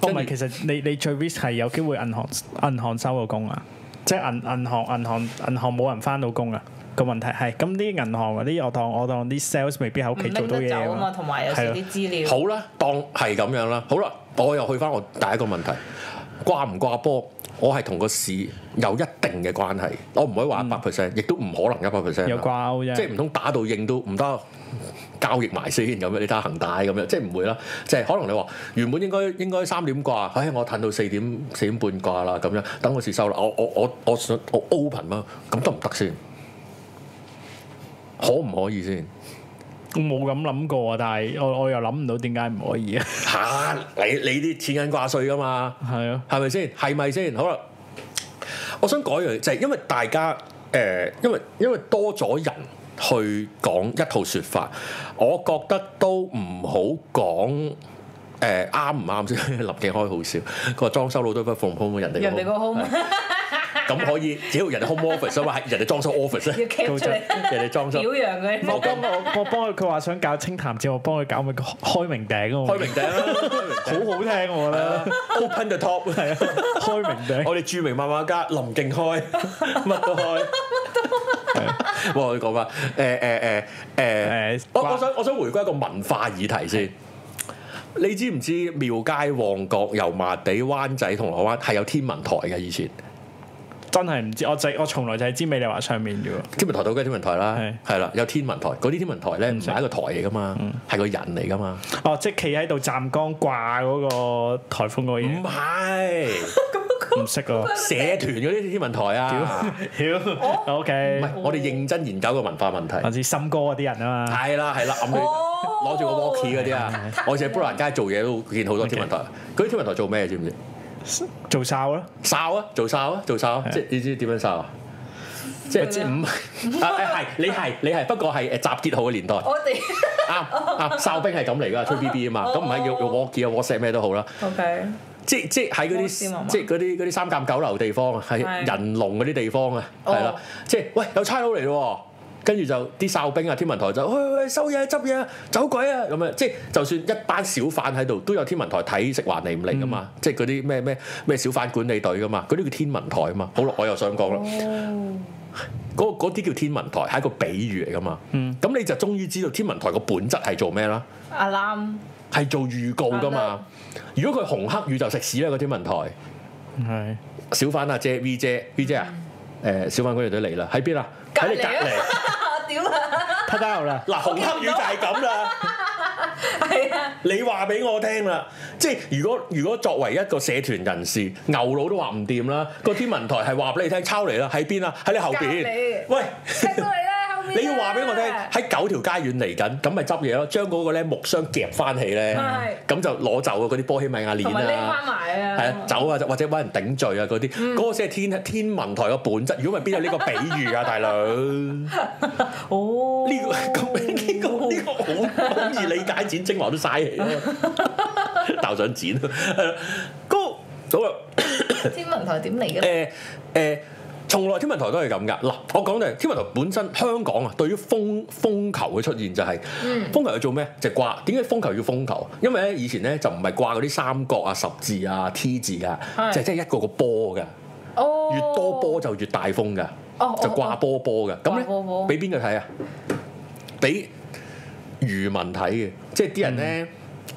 Speaker 1: 哦唔係，其實你你最 risk 係有機會銀行銀行收個工啊，即係銀銀行銀行銀行冇人翻到工啊。個問題係咁啲銀行嗰啲，我當我當啲 sales 未必喺
Speaker 2: 唔
Speaker 1: 屋企做
Speaker 2: 拎
Speaker 1: 到
Speaker 2: 得
Speaker 1: 嘢
Speaker 2: 走
Speaker 1: 啊
Speaker 2: 啊嘛，
Speaker 1: 嘛。
Speaker 2: 同埋有時
Speaker 1: 係啊
Speaker 2: 啲資料
Speaker 3: 好啦，當係咁樣啦。好啦，我又去翻我第一個問題，掛唔掛波？我係同個市有一定嘅關係，我唔可以話一百 percent，亦都唔可能一百 percent。啊
Speaker 1: 有掛鈎啫
Speaker 3: 即係唔通打到應都唔得。交易埋先咁樣，你睇下恒大咁樣，即係唔會啦。即係可能你話原本應該應該三點掛，唉，我褪到四點四點半掛啦，咁樣等我試收啦。我我我我想我 open 啦，咁得唔得先？可唔可以先？
Speaker 1: 我冇咁諗過啊，但係我我又諗唔到點解唔可以啊。
Speaker 3: 嚇、你你啲錢銀掛稅噶嘛？
Speaker 1: 係啊，
Speaker 3: 係咪先？係咪先？好啦，我想改樣嘢就係、因為大家誒、呃因為因為多咗人去講一套説法，我覺得都唔好講誒啱唔啱先。 林記開好笑，佢話裝修佬都不奉空人哋
Speaker 2: 人哋
Speaker 3: 個
Speaker 2: 個 home 啊
Speaker 3: 咁可以，只要人哋 home office 啊嘛，係人哋裝修 office
Speaker 2: 要
Speaker 3: 咧，
Speaker 2: cap 出嚟，
Speaker 3: 人哋裝修
Speaker 2: 表。揚佢。
Speaker 1: 我幫我我幫佢，佢話想搞清談節目，我幫佢搞咪開明頂啊
Speaker 3: 開，明頂啦，開明
Speaker 1: 好好聽我覺
Speaker 3: 頂
Speaker 1: 得
Speaker 3: 啦。，open the top 係啊！
Speaker 1: 啊開明頂
Speaker 3: 我哋著名漫畫家林敬 開，乜都開。哇！我哋講翻誒誒誒誒
Speaker 1: 誒，
Speaker 3: 我
Speaker 1: 關
Speaker 3: 我想我想回歸一個文化議題先。你知唔知廟街、旺角、油麻地、灣仔、銅鑼灣係有天文台嘅以前？
Speaker 1: 真係唔知，我就我從來就係知美麗華上面啫喎。
Speaker 3: 天文台到梗係天文台啦，
Speaker 1: 係
Speaker 3: 係啦，有天文台。嗰啲天文台咧唔嗯係一個台嚟噶嘛，係個人嚟噶嘛。
Speaker 1: 哦，即係企喺度站崗掛嗰個颱風嗰個
Speaker 3: 唔
Speaker 1: 嘢，
Speaker 3: 係
Speaker 1: 唔識啊咯。
Speaker 3: 社團嗰啲天文台啊，
Speaker 1: 屌
Speaker 3: 唔
Speaker 1: 哦，OK，
Speaker 3: 係我哋認真研究個文化問 題。
Speaker 1: 我知森哥嗰啲人啊嘛，
Speaker 3: 係啦係啦，暗佢。
Speaker 2: 哦
Speaker 3: 攞住個 walkie 嗰啲啊，我以前喺砵蘭街做嘢都見好多天文台。嗰啲天文台做咩啊知唔知？
Speaker 1: 做哨咯，
Speaker 3: 哨啊，做哨啊，做哨啊，
Speaker 1: 係
Speaker 3: 即係你知點樣哨啊？即係即係唔係啊？誒係你係你係，不過係誒集結號嘅年代
Speaker 2: 我 哋
Speaker 3: 啱啱哨兵係咁嚟㗎，吹 B B 啊嘛，咁唔係要用 walkie 啊 WhatsApp 咩都好啦。
Speaker 2: OK
Speaker 3: 即即喺
Speaker 2: Walkie
Speaker 3: 嗰啲
Speaker 2: 文
Speaker 3: 即係嗰啲嗰啲三間九樓地方啊，係
Speaker 2: 係
Speaker 3: 人龍嗰啲地方啊，
Speaker 2: 哦
Speaker 3: 係啦，即係喂有差佬嚟咯喎，跟住就啲哨兵啊、天文台就喂喂收嘢執嘢啊走鬼啊咁樣，即係就算一班小販喺度，都有天文台睇食環嚟唔嚟噶嘛，即係嗰啲咩咩咩小販管理隊噶嘛，嗰啲叫天文台啊嘛。好啦，我又想講啦。
Speaker 2: 哦
Speaker 3: 嗰嗰啲叫天文台，係一個比喻嚟噶嘛。咁、你就終於知道天文台個本質係做咩啦，
Speaker 2: 阿 Lam
Speaker 3: 係做預告噶嘛。如果佢紅黑雨就食屎啦，個天文台。
Speaker 1: 係
Speaker 3: 小販阿姐 V 姐 V 姐啊，誒、小販管理隊嚟啦，喺邊啊？
Speaker 2: 嗯隔
Speaker 3: 喺你
Speaker 2: 離
Speaker 3: 隔
Speaker 2: 啊
Speaker 3: 離。
Speaker 2: 屌
Speaker 3: 啊
Speaker 2: 啦，
Speaker 1: ，cut out 啦，
Speaker 3: 嗱，紅黑雨就係咁啦。
Speaker 2: 係啊，
Speaker 3: 你話俾我聽啦，即係如果如果作為一個社團人士，牛佬都話唔掂啦，個天文台係話俾你聽抄嚟啦，喺邊啊？喺你後邊
Speaker 2: 隔離。
Speaker 3: 喂。
Speaker 2: 踢到你啦後面啊。
Speaker 3: 你要話俾我聽，喺九條街遠嚟緊，咁咪執嘢咯，將嗰個咧木箱夾翻起咧
Speaker 2: 係，
Speaker 3: 咁就攞走啊嗰啲波希米亞
Speaker 2: 同埋
Speaker 3: 鏈
Speaker 2: 匿
Speaker 3: 啊
Speaker 2: 翻。埋啊，
Speaker 3: 係啊，走啊，或者揾人頂罪啊，嗰啲，嗰個先係天天文台嘅本質。如果唔係，邊有呢個比喻啊，大佬？呢
Speaker 2: 哦，
Speaker 3: 個咁呢個呢個好好易理解，剪精華都嘥氣咯。但我想剪，啊係啦，嗰個好啦。啊
Speaker 2: 天文台點嚟嘅咧？
Speaker 3: 誒誒，從來天文台都係咁噶。嗱，我講就係天文台本身香港啊，對於風風球嘅出現就係、風球要做咩？就係掛。點解風球要風球？因為咧以前咧就唔係掛嗰啲三角啊、十字啊、T 字噶，
Speaker 2: 係
Speaker 3: 就係即係一個個波噶，
Speaker 2: 哦，
Speaker 3: 越多波就越大風噶，
Speaker 2: 哦
Speaker 3: 就掛波波噶。咁
Speaker 2: 掛波波
Speaker 3: 咧俾邊個睇啊？俾漁民睇嘅，即係啲人
Speaker 2: 嗯
Speaker 3: 咧。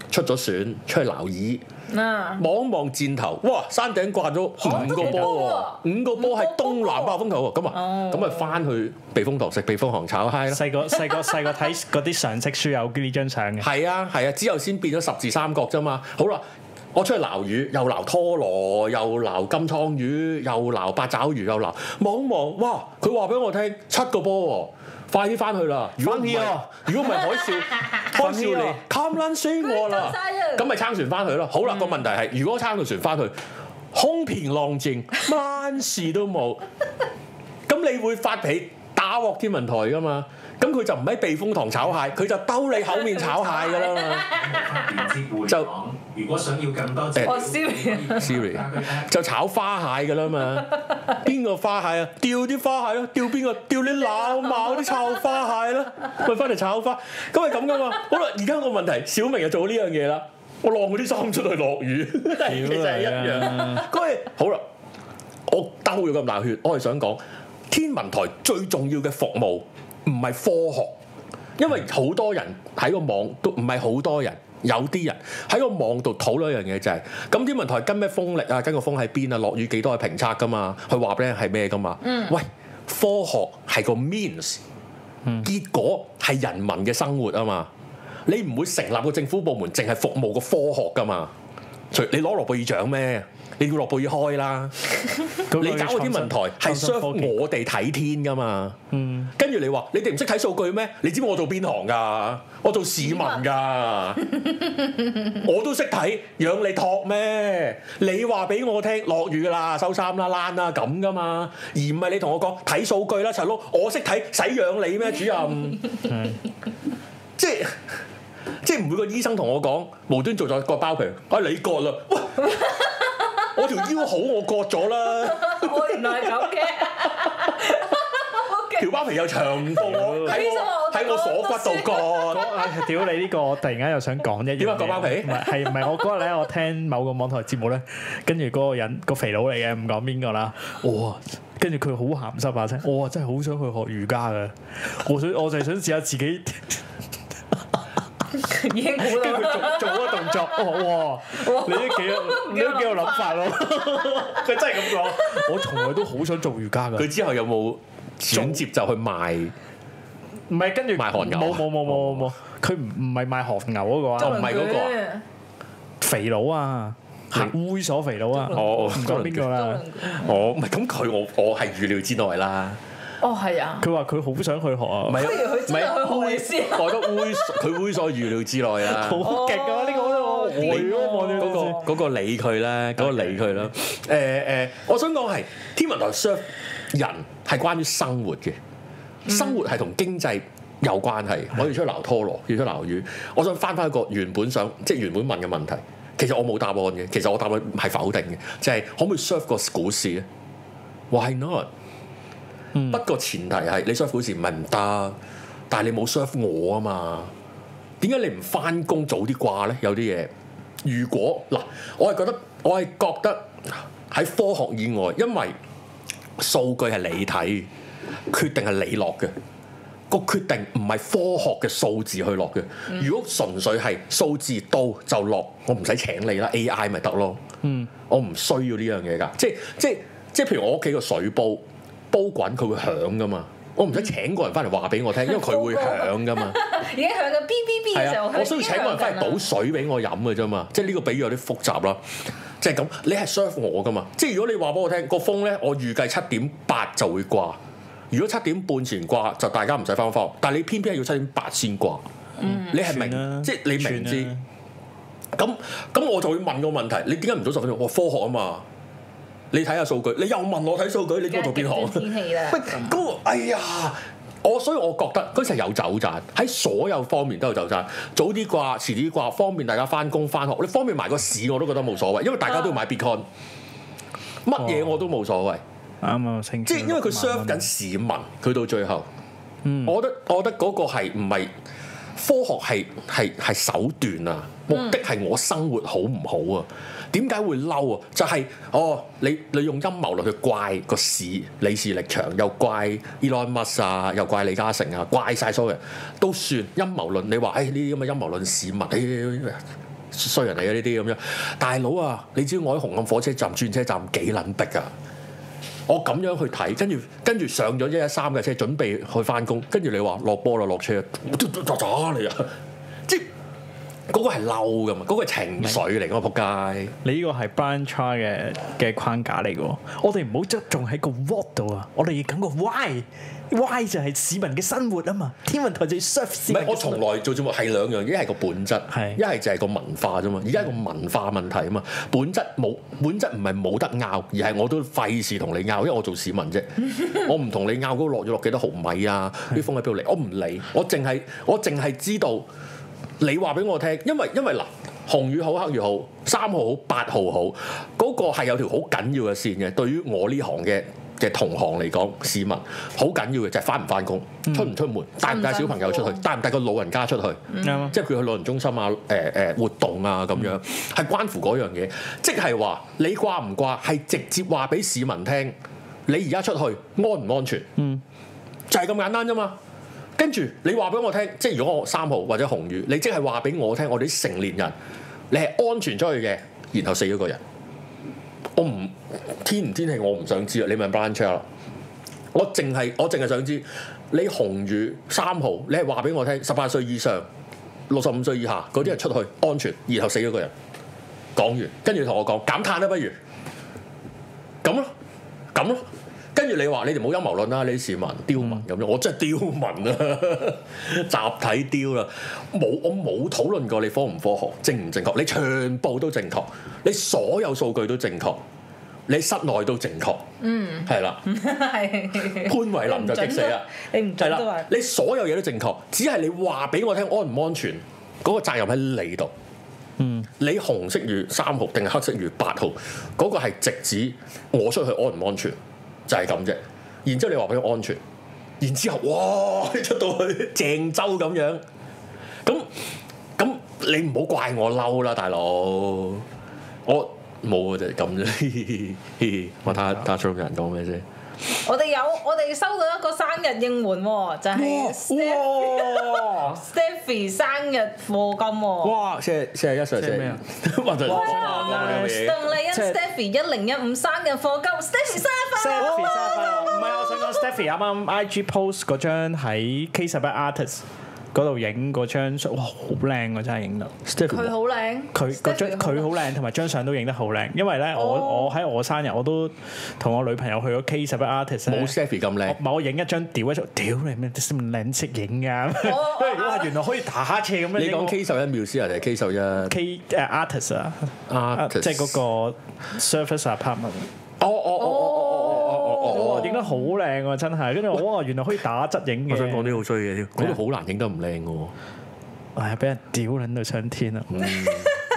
Speaker 3: 出咗選，出去撈魚，
Speaker 2: 嗱，
Speaker 3: 望一望箭頭，哇！山頂掛咗五個波喎，五個波係東南暴風球喎，咁啊
Speaker 2: 哦，
Speaker 3: 咁咪翻去避風塘食避風塘炒嗨啦。
Speaker 1: 細個細個細個睇嗰啲常識書有呢張相嘅，
Speaker 3: 係啊係啊，之後先變咗十字三角啫嘛。好啦，我出去撈魚，又撈拖羅，又撈金槍魚，又撈八爪魚，又撈望一望，哇！佢話俾我聽七個波喎，快啲翻去啦！如果唔
Speaker 1: Fun
Speaker 3: 係
Speaker 1: here，
Speaker 3: 如果唔係海嘯，海
Speaker 1: 呢
Speaker 3: 嘯
Speaker 1: 個
Speaker 3: 嚟 come run 輸我啦
Speaker 2: 佢走晒啦，
Speaker 3: 咁咪撐船翻去咯。好啦，個問題係，如果撐條船翻去，空平浪靜，乜事都冇。咁你會發脾打鑊天文台噶嘛？咁佢就唔喺避風塘炒蟹，佢就兜你口面炒蟹噶啦嘛。
Speaker 4: 電子互聯網，如果想要更多
Speaker 3: 誒
Speaker 4: 資料
Speaker 2: 哦，Siri
Speaker 4: 你可以
Speaker 3: Siri
Speaker 4: 加佢 app
Speaker 3: 就炒花蟹噶啦嘛。邊個花蟹啊？釣啲花蟹咯，釣邊個？釣你老母啲臭花蟹啦，咪翻嚟炒花。咁係咁噶嘛。好啦，而家個問題，小明就做呢樣嘢啦。我晾嗰啲衫出去落雨，其實係一樣。嗰係好啦，我兜咗咁大血，我係想講天文台最重要嘅服務唔係科學，因為好多人喺個網都唔係好多人。有啲人喺個網度討論一樣嘢就係、咁天文台跟咩風力啊，跟個風喺邊啊，落雨幾多係評測噶嘛，佢話俾你聽係咩噶嘛。喂，科學係個 means，、結果係人民嘅生活啊嘛。你唔會成立個政府部門淨係服務個科學噶嘛？除你攞諾貝爾獎咩？你要諾貝爾開啦！你搞個天文台係 serve 我哋睇天噶嘛？
Speaker 1: 嗯，
Speaker 3: 跟住你話你哋唔識睇數據咩？你知唔知我做邊行㗎？我做市民㗎，我都識睇，養你托咩？你話俾我聽落雨啦，收衫啦，躝啦咁㗎嘛？而唔係你同我講睇數據啦，陳佬，我識睇，使養你咩，主任？即係即係唔會個醫生同我講無端做咗割包皮，啊你割啦，喂我條腰好，我割咗啦。
Speaker 2: 我哦原來係咁 嘅，
Speaker 3: 條包皮又長唔到我喺我喺我鎖骨度割。
Speaker 1: 唉哎屌你呢個，我突然間又想講一樣嘢。
Speaker 3: 點啊講包皮
Speaker 1: 唔係係唔係？我嗰日咧，我聽某個網台節目咧，跟住嗰個人個肥佬嚟嘅，唔講邊個啦。我啊，跟住佢好鹹濕把聲，我啊真係好想去學瑜伽嘅。我想我就係想試下自己，
Speaker 2: 已經估
Speaker 1: 跟
Speaker 2: 到
Speaker 1: 住
Speaker 2: 啦。
Speaker 1: 做做嗰個動作。哦哇！你都幾有你都幾有諗法咯。佢真係咁講，我從來都好想做瑜伽㗎。
Speaker 3: 佢之後有冇轉接就去賣？
Speaker 1: 唔係跟住
Speaker 3: 賣韓牛啊
Speaker 1: 冇冇冇冇冇冇，佢唔唔係賣韓牛嗰個
Speaker 3: 就
Speaker 1: 啊，
Speaker 3: 唔係嗰個啊
Speaker 1: 肥佬啊，
Speaker 3: 係
Speaker 1: 猥瑣肥佬啊，
Speaker 3: 哦
Speaker 1: 唔講邊個啦。
Speaker 3: 我唔係咁佢我我係預料之內啦。
Speaker 2: 哦，係啊，
Speaker 1: 佢話佢好想去學啊，
Speaker 3: 唔係
Speaker 2: 不如佢真係去學你先啊
Speaker 3: 我覺得猥瑣佢猥瑣預料之內 啦。
Speaker 1: 好勁啊！呢個我都我如果望住
Speaker 3: 嗰
Speaker 1: 嗰
Speaker 3: 個嗰個理佢啦，嗰個理佢啦。誒誒，我想講係天文台 serve 人係關於生活嘅，生活係同經濟有關嗯係。我要出去撈拖羅，要出去撈魚。我想翻翻一個原本想即係原本問嘅問題，其實我冇答案嘅，其實我答案係否定嘅，就係可唔可以 serve 個股市咧？Why not？啊不過前提係你 serve 股市唔係唔得，但係你冇 serve 我啊嘛。點解你唔翻工早啲掛咧？有啲嘢，如果嗱，我係覺得呃我係覺得呃喺科學以外，因為數據係你睇，決定係你落嘅。個決定唔係科學嘅數字去落嘅，如果純粹係數字到就落，我唔使請你啦，AI 咪得咯。
Speaker 1: 嗯，
Speaker 3: 我唔需要呢樣嘢㗎，即係即係即係譬如我屋企個水煲煲滾，佢會響㗎嘛，我唔使請個人翻嚟話俾我聽，因為佢會響㗎嘛。
Speaker 2: 已經響緊 B B B 嘅時候，
Speaker 3: 啊我需要請個人翻嚟倒
Speaker 2: 賭。
Speaker 3: 水俾我飲嘅啫嘛，即係呢個比喻有啲複雜啦。即係咁，你係 serve 我噶嘛？即係如果你話俾我聽個風咧，我預計七點八就會掛。如果七點半前掛，就大家唔使翻房。但係你偏偏係要七點八先掛，你係
Speaker 1: 算啦
Speaker 3: 明，即係你明
Speaker 1: 算
Speaker 3: 知
Speaker 1: 啦。
Speaker 3: 咁咁我就會問個問題：你點解唔早十分鐘？我科學啊嘛，你睇下數據，你又問我睇數據，你叫我做 邊行？
Speaker 2: 天氣啦
Speaker 3: 喂，，咁我哎呀，我所以我覺得嗰時係有走賺，喺所有方面都有走賺。早啲掛，遲啲掛，方便大家翻工翻學。你方便埋個市我都覺得冇所謂，因為大家都要買 Bitcoin，乜嘢我都冇所謂。
Speaker 1: 啱啊，星期
Speaker 3: 即係因為佢 serve 緊市民，佢到最後，我覺得我覺得嗰個係唔係科學係係係手段啊？目的係我生活好唔好啊？點解會嬲啊？就係、哦，你你用陰謀論去怪個市李氏力場，又怪 Elon Musk 啊，又怪李嘉誠啊，怪晒所有人都算陰謀論。你話哎誒呢啲咁嘅陰謀論市民，誒、衰人嚟嘅呢啲咁樣，大佬啊！你知我喺紅磡火車站轉車站幾撚逼啊！我咁樣去睇，跟住跟住上咗一一三嘅車，準備去翻工，跟住你話落波啦，落車，咋咋你啊！ 即係嗰個係嬲噶嘛，嗰、個係情緒嚟噶嘛，仆街！
Speaker 1: 你呢個係 Brian Char 嘅嘅框架嚟嘅喎，我哋唔好側重喺個 what 度啊，我哋要感個 why，why 就係市民嘅生活啊嘛，天文台就要 serve 市
Speaker 3: 唔
Speaker 1: 民
Speaker 3: 係，我
Speaker 1: 嘅生
Speaker 3: 從
Speaker 1: 活。
Speaker 3: 來做節目係兩樣，一係個本質
Speaker 1: 係，
Speaker 3: 一係就係個文化啫嘛。而家係個文化問題啊嘛，本質冇本質唔係冇得拗，而係我都費事同你拗，因為我做市民啫。 我唔同你拗嗰個落咗落幾多毫米啊，啲風喺邊度嚟，我唔理，我淨係我淨係知道你話俾我聽，因為因為嗱。紅雨好，黑雨好，三號好，八號好，嗰、個係有條好緊要嘅線嘅。對於我呢行嘅嘅同行嚟講，市民好緊要嘅就係翻唔翻工，出唔出門，帶唔帶小朋友嗯出去，帶唔帶個老人家出去，
Speaker 1: 啱啊
Speaker 3: 即係佢去老人中心啊、誒、誒活動啊咁樣，係關乎嗰樣嘢。即係話你掛唔掛係直接話俾市民聽，你而家出去安唔安全？
Speaker 1: 嗯，
Speaker 3: 就係咁簡單啫嘛。跟住你話俾我聽，即係如果我三號或者紅雨，你即係話俾我聽，我哋啲成年人你係安全出去嘅，然後死咗個人。我唔天唔天氣，我唔想知啊！你問 Brian Chan 啦，我淨係我淨係想知你紅雨三號，你係話俾我聽，十八歲以上、六十五歲以下嗰啲人出去安全，然後死咗個人。講完，跟住同我講減碳啦，不如咁咯，咁咯。跟住你話你哋冇陰謀論啦，你啲市民刁民咁樣，我真係刁民啊， 集體刁啦。冇我冇討論過你科唔科學，正唔正確，你全部都正確，你所有數據都正確，你室內都正確，嗯，係啦。
Speaker 2: 係
Speaker 3: 潘慧琳就激死啦！
Speaker 2: 你唔
Speaker 3: 係
Speaker 2: 準都話
Speaker 3: 啦，你所有嘢都正確，只係你話俾我聽安唔安全，嗰、個責任喺你度。
Speaker 1: 嗯，
Speaker 3: 你紅色魚三號定係黑色魚八號，嗰、個係直指我出去安唔安全，就係咁啫。然之後你話俾我安全，然之後哇， 你出到去鄭州咁樣，咁咁你唔好怪我嬲啦，大佬，我冇啊，就係咁啫。 我睇下睇下 Trump 人講咩先。
Speaker 2: 我哋有我哋收到一個生日應援喎，就係 Steph-
Speaker 3: 哇！
Speaker 2: Stephy 生日課金喎。
Speaker 3: 哇！四十四十一歲
Speaker 1: 即係咩啊
Speaker 3: 先，或者
Speaker 1: 哇
Speaker 3: 講嘅嘢。
Speaker 2: 鄧麗
Speaker 1: 即
Speaker 2: 欣
Speaker 1: 係
Speaker 2: Stephy 一零一五生日課金，Stephy 生日快樂！
Speaker 1: Stephy 生日快樂！唔係，我想講 Stephy 啱啱 IG post 嗰張喺 K 十一 Artist 嗰度影嗰張相，哇，好靚啊！真係影到
Speaker 2: 佢好靚，
Speaker 1: 佢嗰張
Speaker 2: Stephy
Speaker 1: 佢好靚，同埋張相都影得好靚。因為咧，我
Speaker 2: 哦
Speaker 1: 我喺我生日我都同我女朋友去咗 K 十一 Artist 咧
Speaker 3: 冇 Stephy 咁
Speaker 1: 我
Speaker 3: 靚
Speaker 1: 唔，係我影一張屌一張，屌你咩？啲咁撚識影啊！
Speaker 2: 哦
Speaker 1: 因為哇，原來可以打斜咁樣。
Speaker 3: 你講 K 十一秒先啊，定係 K 十一
Speaker 1: K 誒 artist 啊，啊即係
Speaker 3: artist？
Speaker 1: 嗰個 surface apartment，
Speaker 3: 哦哦哦哦哦哦哦
Speaker 1: 哇，
Speaker 3: 哦哦！
Speaker 1: 影得好靚啊，真係。跟住我哇，原來可以打側影嘅。
Speaker 3: 我想講啲好衰嘅添，嗰度好難影得唔靚嘅
Speaker 1: 唉，俾人屌撚到上天啊！哎
Speaker 3: 喎。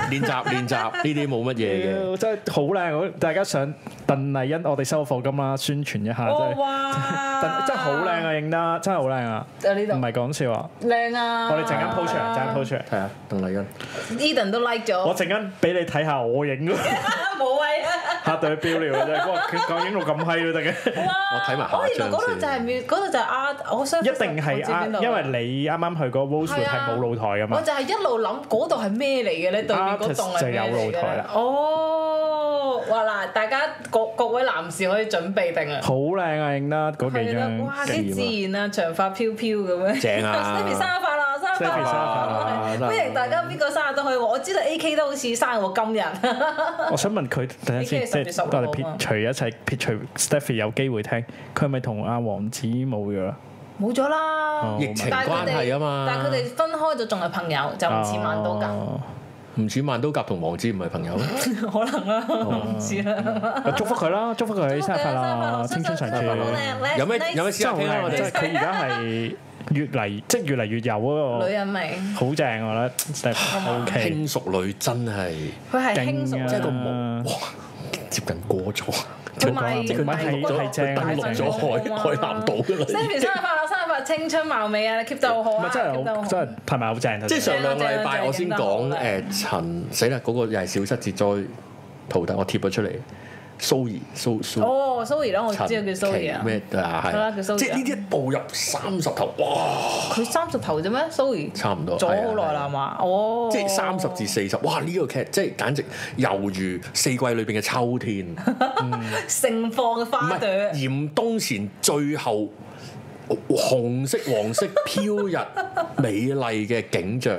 Speaker 3: 練習練習呢啲冇乜嘢嘅，
Speaker 1: 啊屌真係好靚，我大家上鄧麗欣，我哋收貨金啦，宣傳一下真係，
Speaker 2: 哦哇
Speaker 1: 鄧真係好靚啊，影得真係好靚啊，
Speaker 2: 喺呢
Speaker 1: 唔
Speaker 2: 度
Speaker 1: 係講笑啊！
Speaker 2: 靚啊！
Speaker 1: 我哋陣間 po 出嚟，陣間 po 出嚟，
Speaker 3: 睇下鄧麗欣，
Speaker 2: Eden 都 like 咗，
Speaker 1: 我陣間俾你睇下我影咯，
Speaker 2: 冇位啊！
Speaker 1: 嚇對標料嘅啫，哇！佢 講影到咁閪都得嘅，
Speaker 3: 我睇埋下
Speaker 2: 哦，原來
Speaker 3: 張
Speaker 2: 嗰度就係
Speaker 3: 先
Speaker 2: mu- 嗰度就係 art，我相
Speaker 1: 一定係啱，因為你啱啱去過 Rosewood
Speaker 2: 係
Speaker 1: 係
Speaker 2: 啊
Speaker 1: 冇露台噶
Speaker 2: 我。
Speaker 1: 嘛
Speaker 2: 啊就係一路諗嗰度係咩嚟嘅咧，對面嗰棟
Speaker 1: Artist
Speaker 2: 係咩
Speaker 1: 就有
Speaker 2: 嚟嘅
Speaker 1: 露台
Speaker 2: 咧
Speaker 1: 啦？
Speaker 2: 哦，哇嗱，大家各各位男士可以準備定啊！
Speaker 1: 好靚啊，影得嗰幾
Speaker 2: 係啦，
Speaker 1: 張，
Speaker 2: 哇！
Speaker 3: 勁
Speaker 2: 啲自然啊，長髮飄飄咁樣，
Speaker 3: 正啊
Speaker 2: Stephy 生日快樂，生日快
Speaker 1: Stephy 生日快
Speaker 2: 樂！
Speaker 1: 樂
Speaker 3: 生日快樂
Speaker 2: 啊歡迎大家邊個生日都可以喎，我知道 A K 都好似生日喎，今日
Speaker 1: 我想問佢等陣先，
Speaker 2: 呢啲係10月
Speaker 1: 即係
Speaker 2: 16
Speaker 1: 我哋撇
Speaker 2: 號啊嘛
Speaker 1: 除一齊撇除 Stephy 有機會聽，佢係咪同阿王子冇咗啦？
Speaker 2: 冇咗啦
Speaker 1: 哦。
Speaker 3: 疫情
Speaker 2: 但係佢
Speaker 3: 關係
Speaker 2: 哋
Speaker 3: 啊嘛，
Speaker 2: 但係佢哋分開咗，仲係朋友，就唔似萬刀夾，
Speaker 1: 哦
Speaker 3: 唔似萬刀甲同王子唔係朋友，
Speaker 2: 可能啦，唔知啦。
Speaker 1: 啊祝福佢 啦，祝福佢生日快樂，青春常駐。
Speaker 3: 有咩有咩
Speaker 1: 真係
Speaker 3: 先
Speaker 1: 好
Speaker 3: 聽下啊我
Speaker 1: 靚，即係
Speaker 3: 哋
Speaker 1: 佢而家係越 嚟即係越嚟越有嗰
Speaker 2: 女
Speaker 1: 個
Speaker 2: 人味，
Speaker 1: 好正我覺得 Steph OK，
Speaker 3: 輕熟女真係
Speaker 2: 佢係輕
Speaker 1: 勁
Speaker 2: 熟
Speaker 1: 啊！
Speaker 3: 即係個模哇接近過咗，
Speaker 2: 同埋
Speaker 1: 即係佢係係正
Speaker 3: 登陸咗海海南島㗎啦。
Speaker 2: Sammy 生日快樂，生日快樂，青春貌美啊！keep 到好
Speaker 1: 唔
Speaker 2: 啊
Speaker 1: 係真
Speaker 2: ，keep
Speaker 1: 係
Speaker 2: 到
Speaker 1: 好
Speaker 2: 好。
Speaker 1: 真係係咪好正頭
Speaker 3: 即
Speaker 1: 先？
Speaker 3: 係上兩個禮拜我先講
Speaker 2: 正啊正
Speaker 3: 誒陳死啦，嗰個又係小失節災徒弟，我貼咗出嚟。蘇怡蘇蘇
Speaker 2: 哦，Zoe 啦，我知道
Speaker 3: 陳
Speaker 2: 佢叫 Zoe 啊
Speaker 3: 奇。咩啊
Speaker 2: 係啦叫
Speaker 3: 係，
Speaker 2: Zoe
Speaker 3: 即係呢啲一步入三十頭，哇！
Speaker 2: 佢三十頭啫咩？Sorry，
Speaker 3: 差唔多
Speaker 2: 咗好耐啦係嘛？哦，
Speaker 3: 即係三十至四十，哇！呢、個劇即係簡直猶如四季裏邊嘅秋天，唔
Speaker 2: 盛放嘅花朵，
Speaker 3: 係嚴冬前最後紅色、黃色飄逸美麗嘅景象，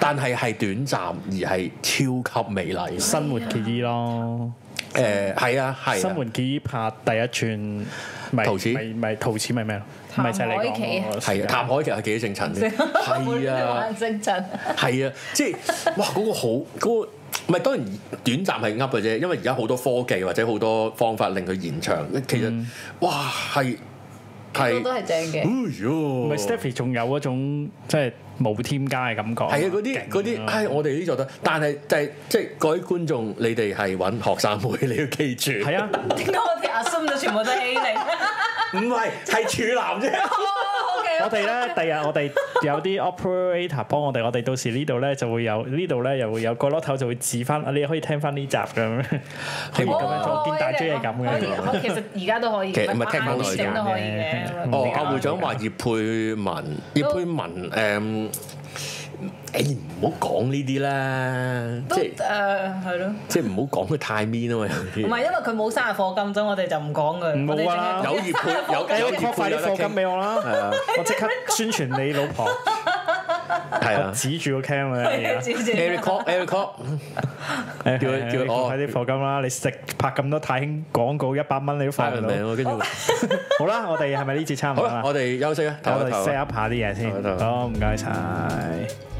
Speaker 3: 但係係短暫而係超級美 麗。誒
Speaker 1: 生活結衣咯，
Speaker 3: 係、啊，係
Speaker 1: 生
Speaker 3: 啊
Speaker 1: 活，結衣拍第一串咪
Speaker 3: 陶瓷
Speaker 1: 咪咪陶瓷咪咩咯？咪就係你
Speaker 2: 譚凱琪
Speaker 1: 講嗰個
Speaker 3: 係啊，譚凱其實係幾 正襯嘅，係啊。
Speaker 2: 眼睛震，
Speaker 3: 係啊，即係哇嗰、個好嗰、個。唔係當然短暫係噏嘅啫，因為而家好多科技或者好多方法令佢延長。其實、
Speaker 1: 嗯
Speaker 3: 哇係係，
Speaker 2: 都係正嘅。
Speaker 3: 哎
Speaker 1: 唔
Speaker 3: 呦
Speaker 1: 係 Stephy 仲有嗰種即係冇添加嘅感覺。
Speaker 3: 係啊嗰啲嗰啲，唉我哋呢啲做得，但係就係即係各位觀眾，你哋係揾學生妹，你要記住，
Speaker 1: 係啊，
Speaker 2: 點解 我哋 assume 咗全部都係 A 零
Speaker 3: 唔係係處男啫。
Speaker 2: ？OK，
Speaker 1: 我哋咧第日我哋有啲 operator 幫我哋，我哋到時呢度咧就會有呢度咧又會有個攞頭就會指翻，啊你可以聽翻呢集咁樣，希望咁樣做，見大 J 係咁嘅。
Speaker 2: 嘅。其實而家都可以，
Speaker 3: 其實唔係聽
Speaker 2: 晚
Speaker 3: 翻
Speaker 2: 啲整都可以嘅。
Speaker 1: 嗯
Speaker 3: 哦，阿會長話葉佩文，葉佩文誒，誒唔好講呢啲啦，
Speaker 2: 都
Speaker 1: 嗯
Speaker 3: 即
Speaker 2: 誒
Speaker 3: 係
Speaker 2: 係咯，
Speaker 3: 即係唔好講佢太 mean 啊嘛，有
Speaker 2: 唔
Speaker 3: 啲
Speaker 2: 係。因為佢冇生日課金，所以我哋就唔講佢。
Speaker 1: 唔好啊啦
Speaker 3: 有業 配有
Speaker 1: 誒，
Speaker 3: 有
Speaker 1: 你
Speaker 3: 業
Speaker 1: 快
Speaker 3: 配
Speaker 1: 啲
Speaker 3: 有得
Speaker 1: 課金
Speaker 3: 傾，
Speaker 1: 俾我啦！
Speaker 3: 係啊
Speaker 1: 我即刻宣傳你老婆，
Speaker 3: 係
Speaker 1: 我
Speaker 3: 啊。
Speaker 1: 指住個 cam 啊！而家
Speaker 3: Eric
Speaker 2: Eric
Speaker 3: Kwok Eric Kwok
Speaker 1: 誒
Speaker 3: 叫佢叫佢哦
Speaker 1: 快啲課金啦！你食拍咁多太興廣告，一百蚊你都
Speaker 3: 快
Speaker 1: 放唔
Speaker 3: 人
Speaker 1: 到
Speaker 3: 命。喎，跟住
Speaker 1: 好啦，我哋係咪呢節差唔
Speaker 3: 好
Speaker 1: 多
Speaker 3: 啦，
Speaker 1: 啦？
Speaker 3: 我哋休息啊，
Speaker 1: 我
Speaker 3: 唞
Speaker 1: 哋
Speaker 3: 一唞
Speaker 1: set
Speaker 3: 啊。
Speaker 1: up 下啲嘢
Speaker 3: 唞一
Speaker 1: 先。
Speaker 3: 唞
Speaker 1: 好，唔該晒。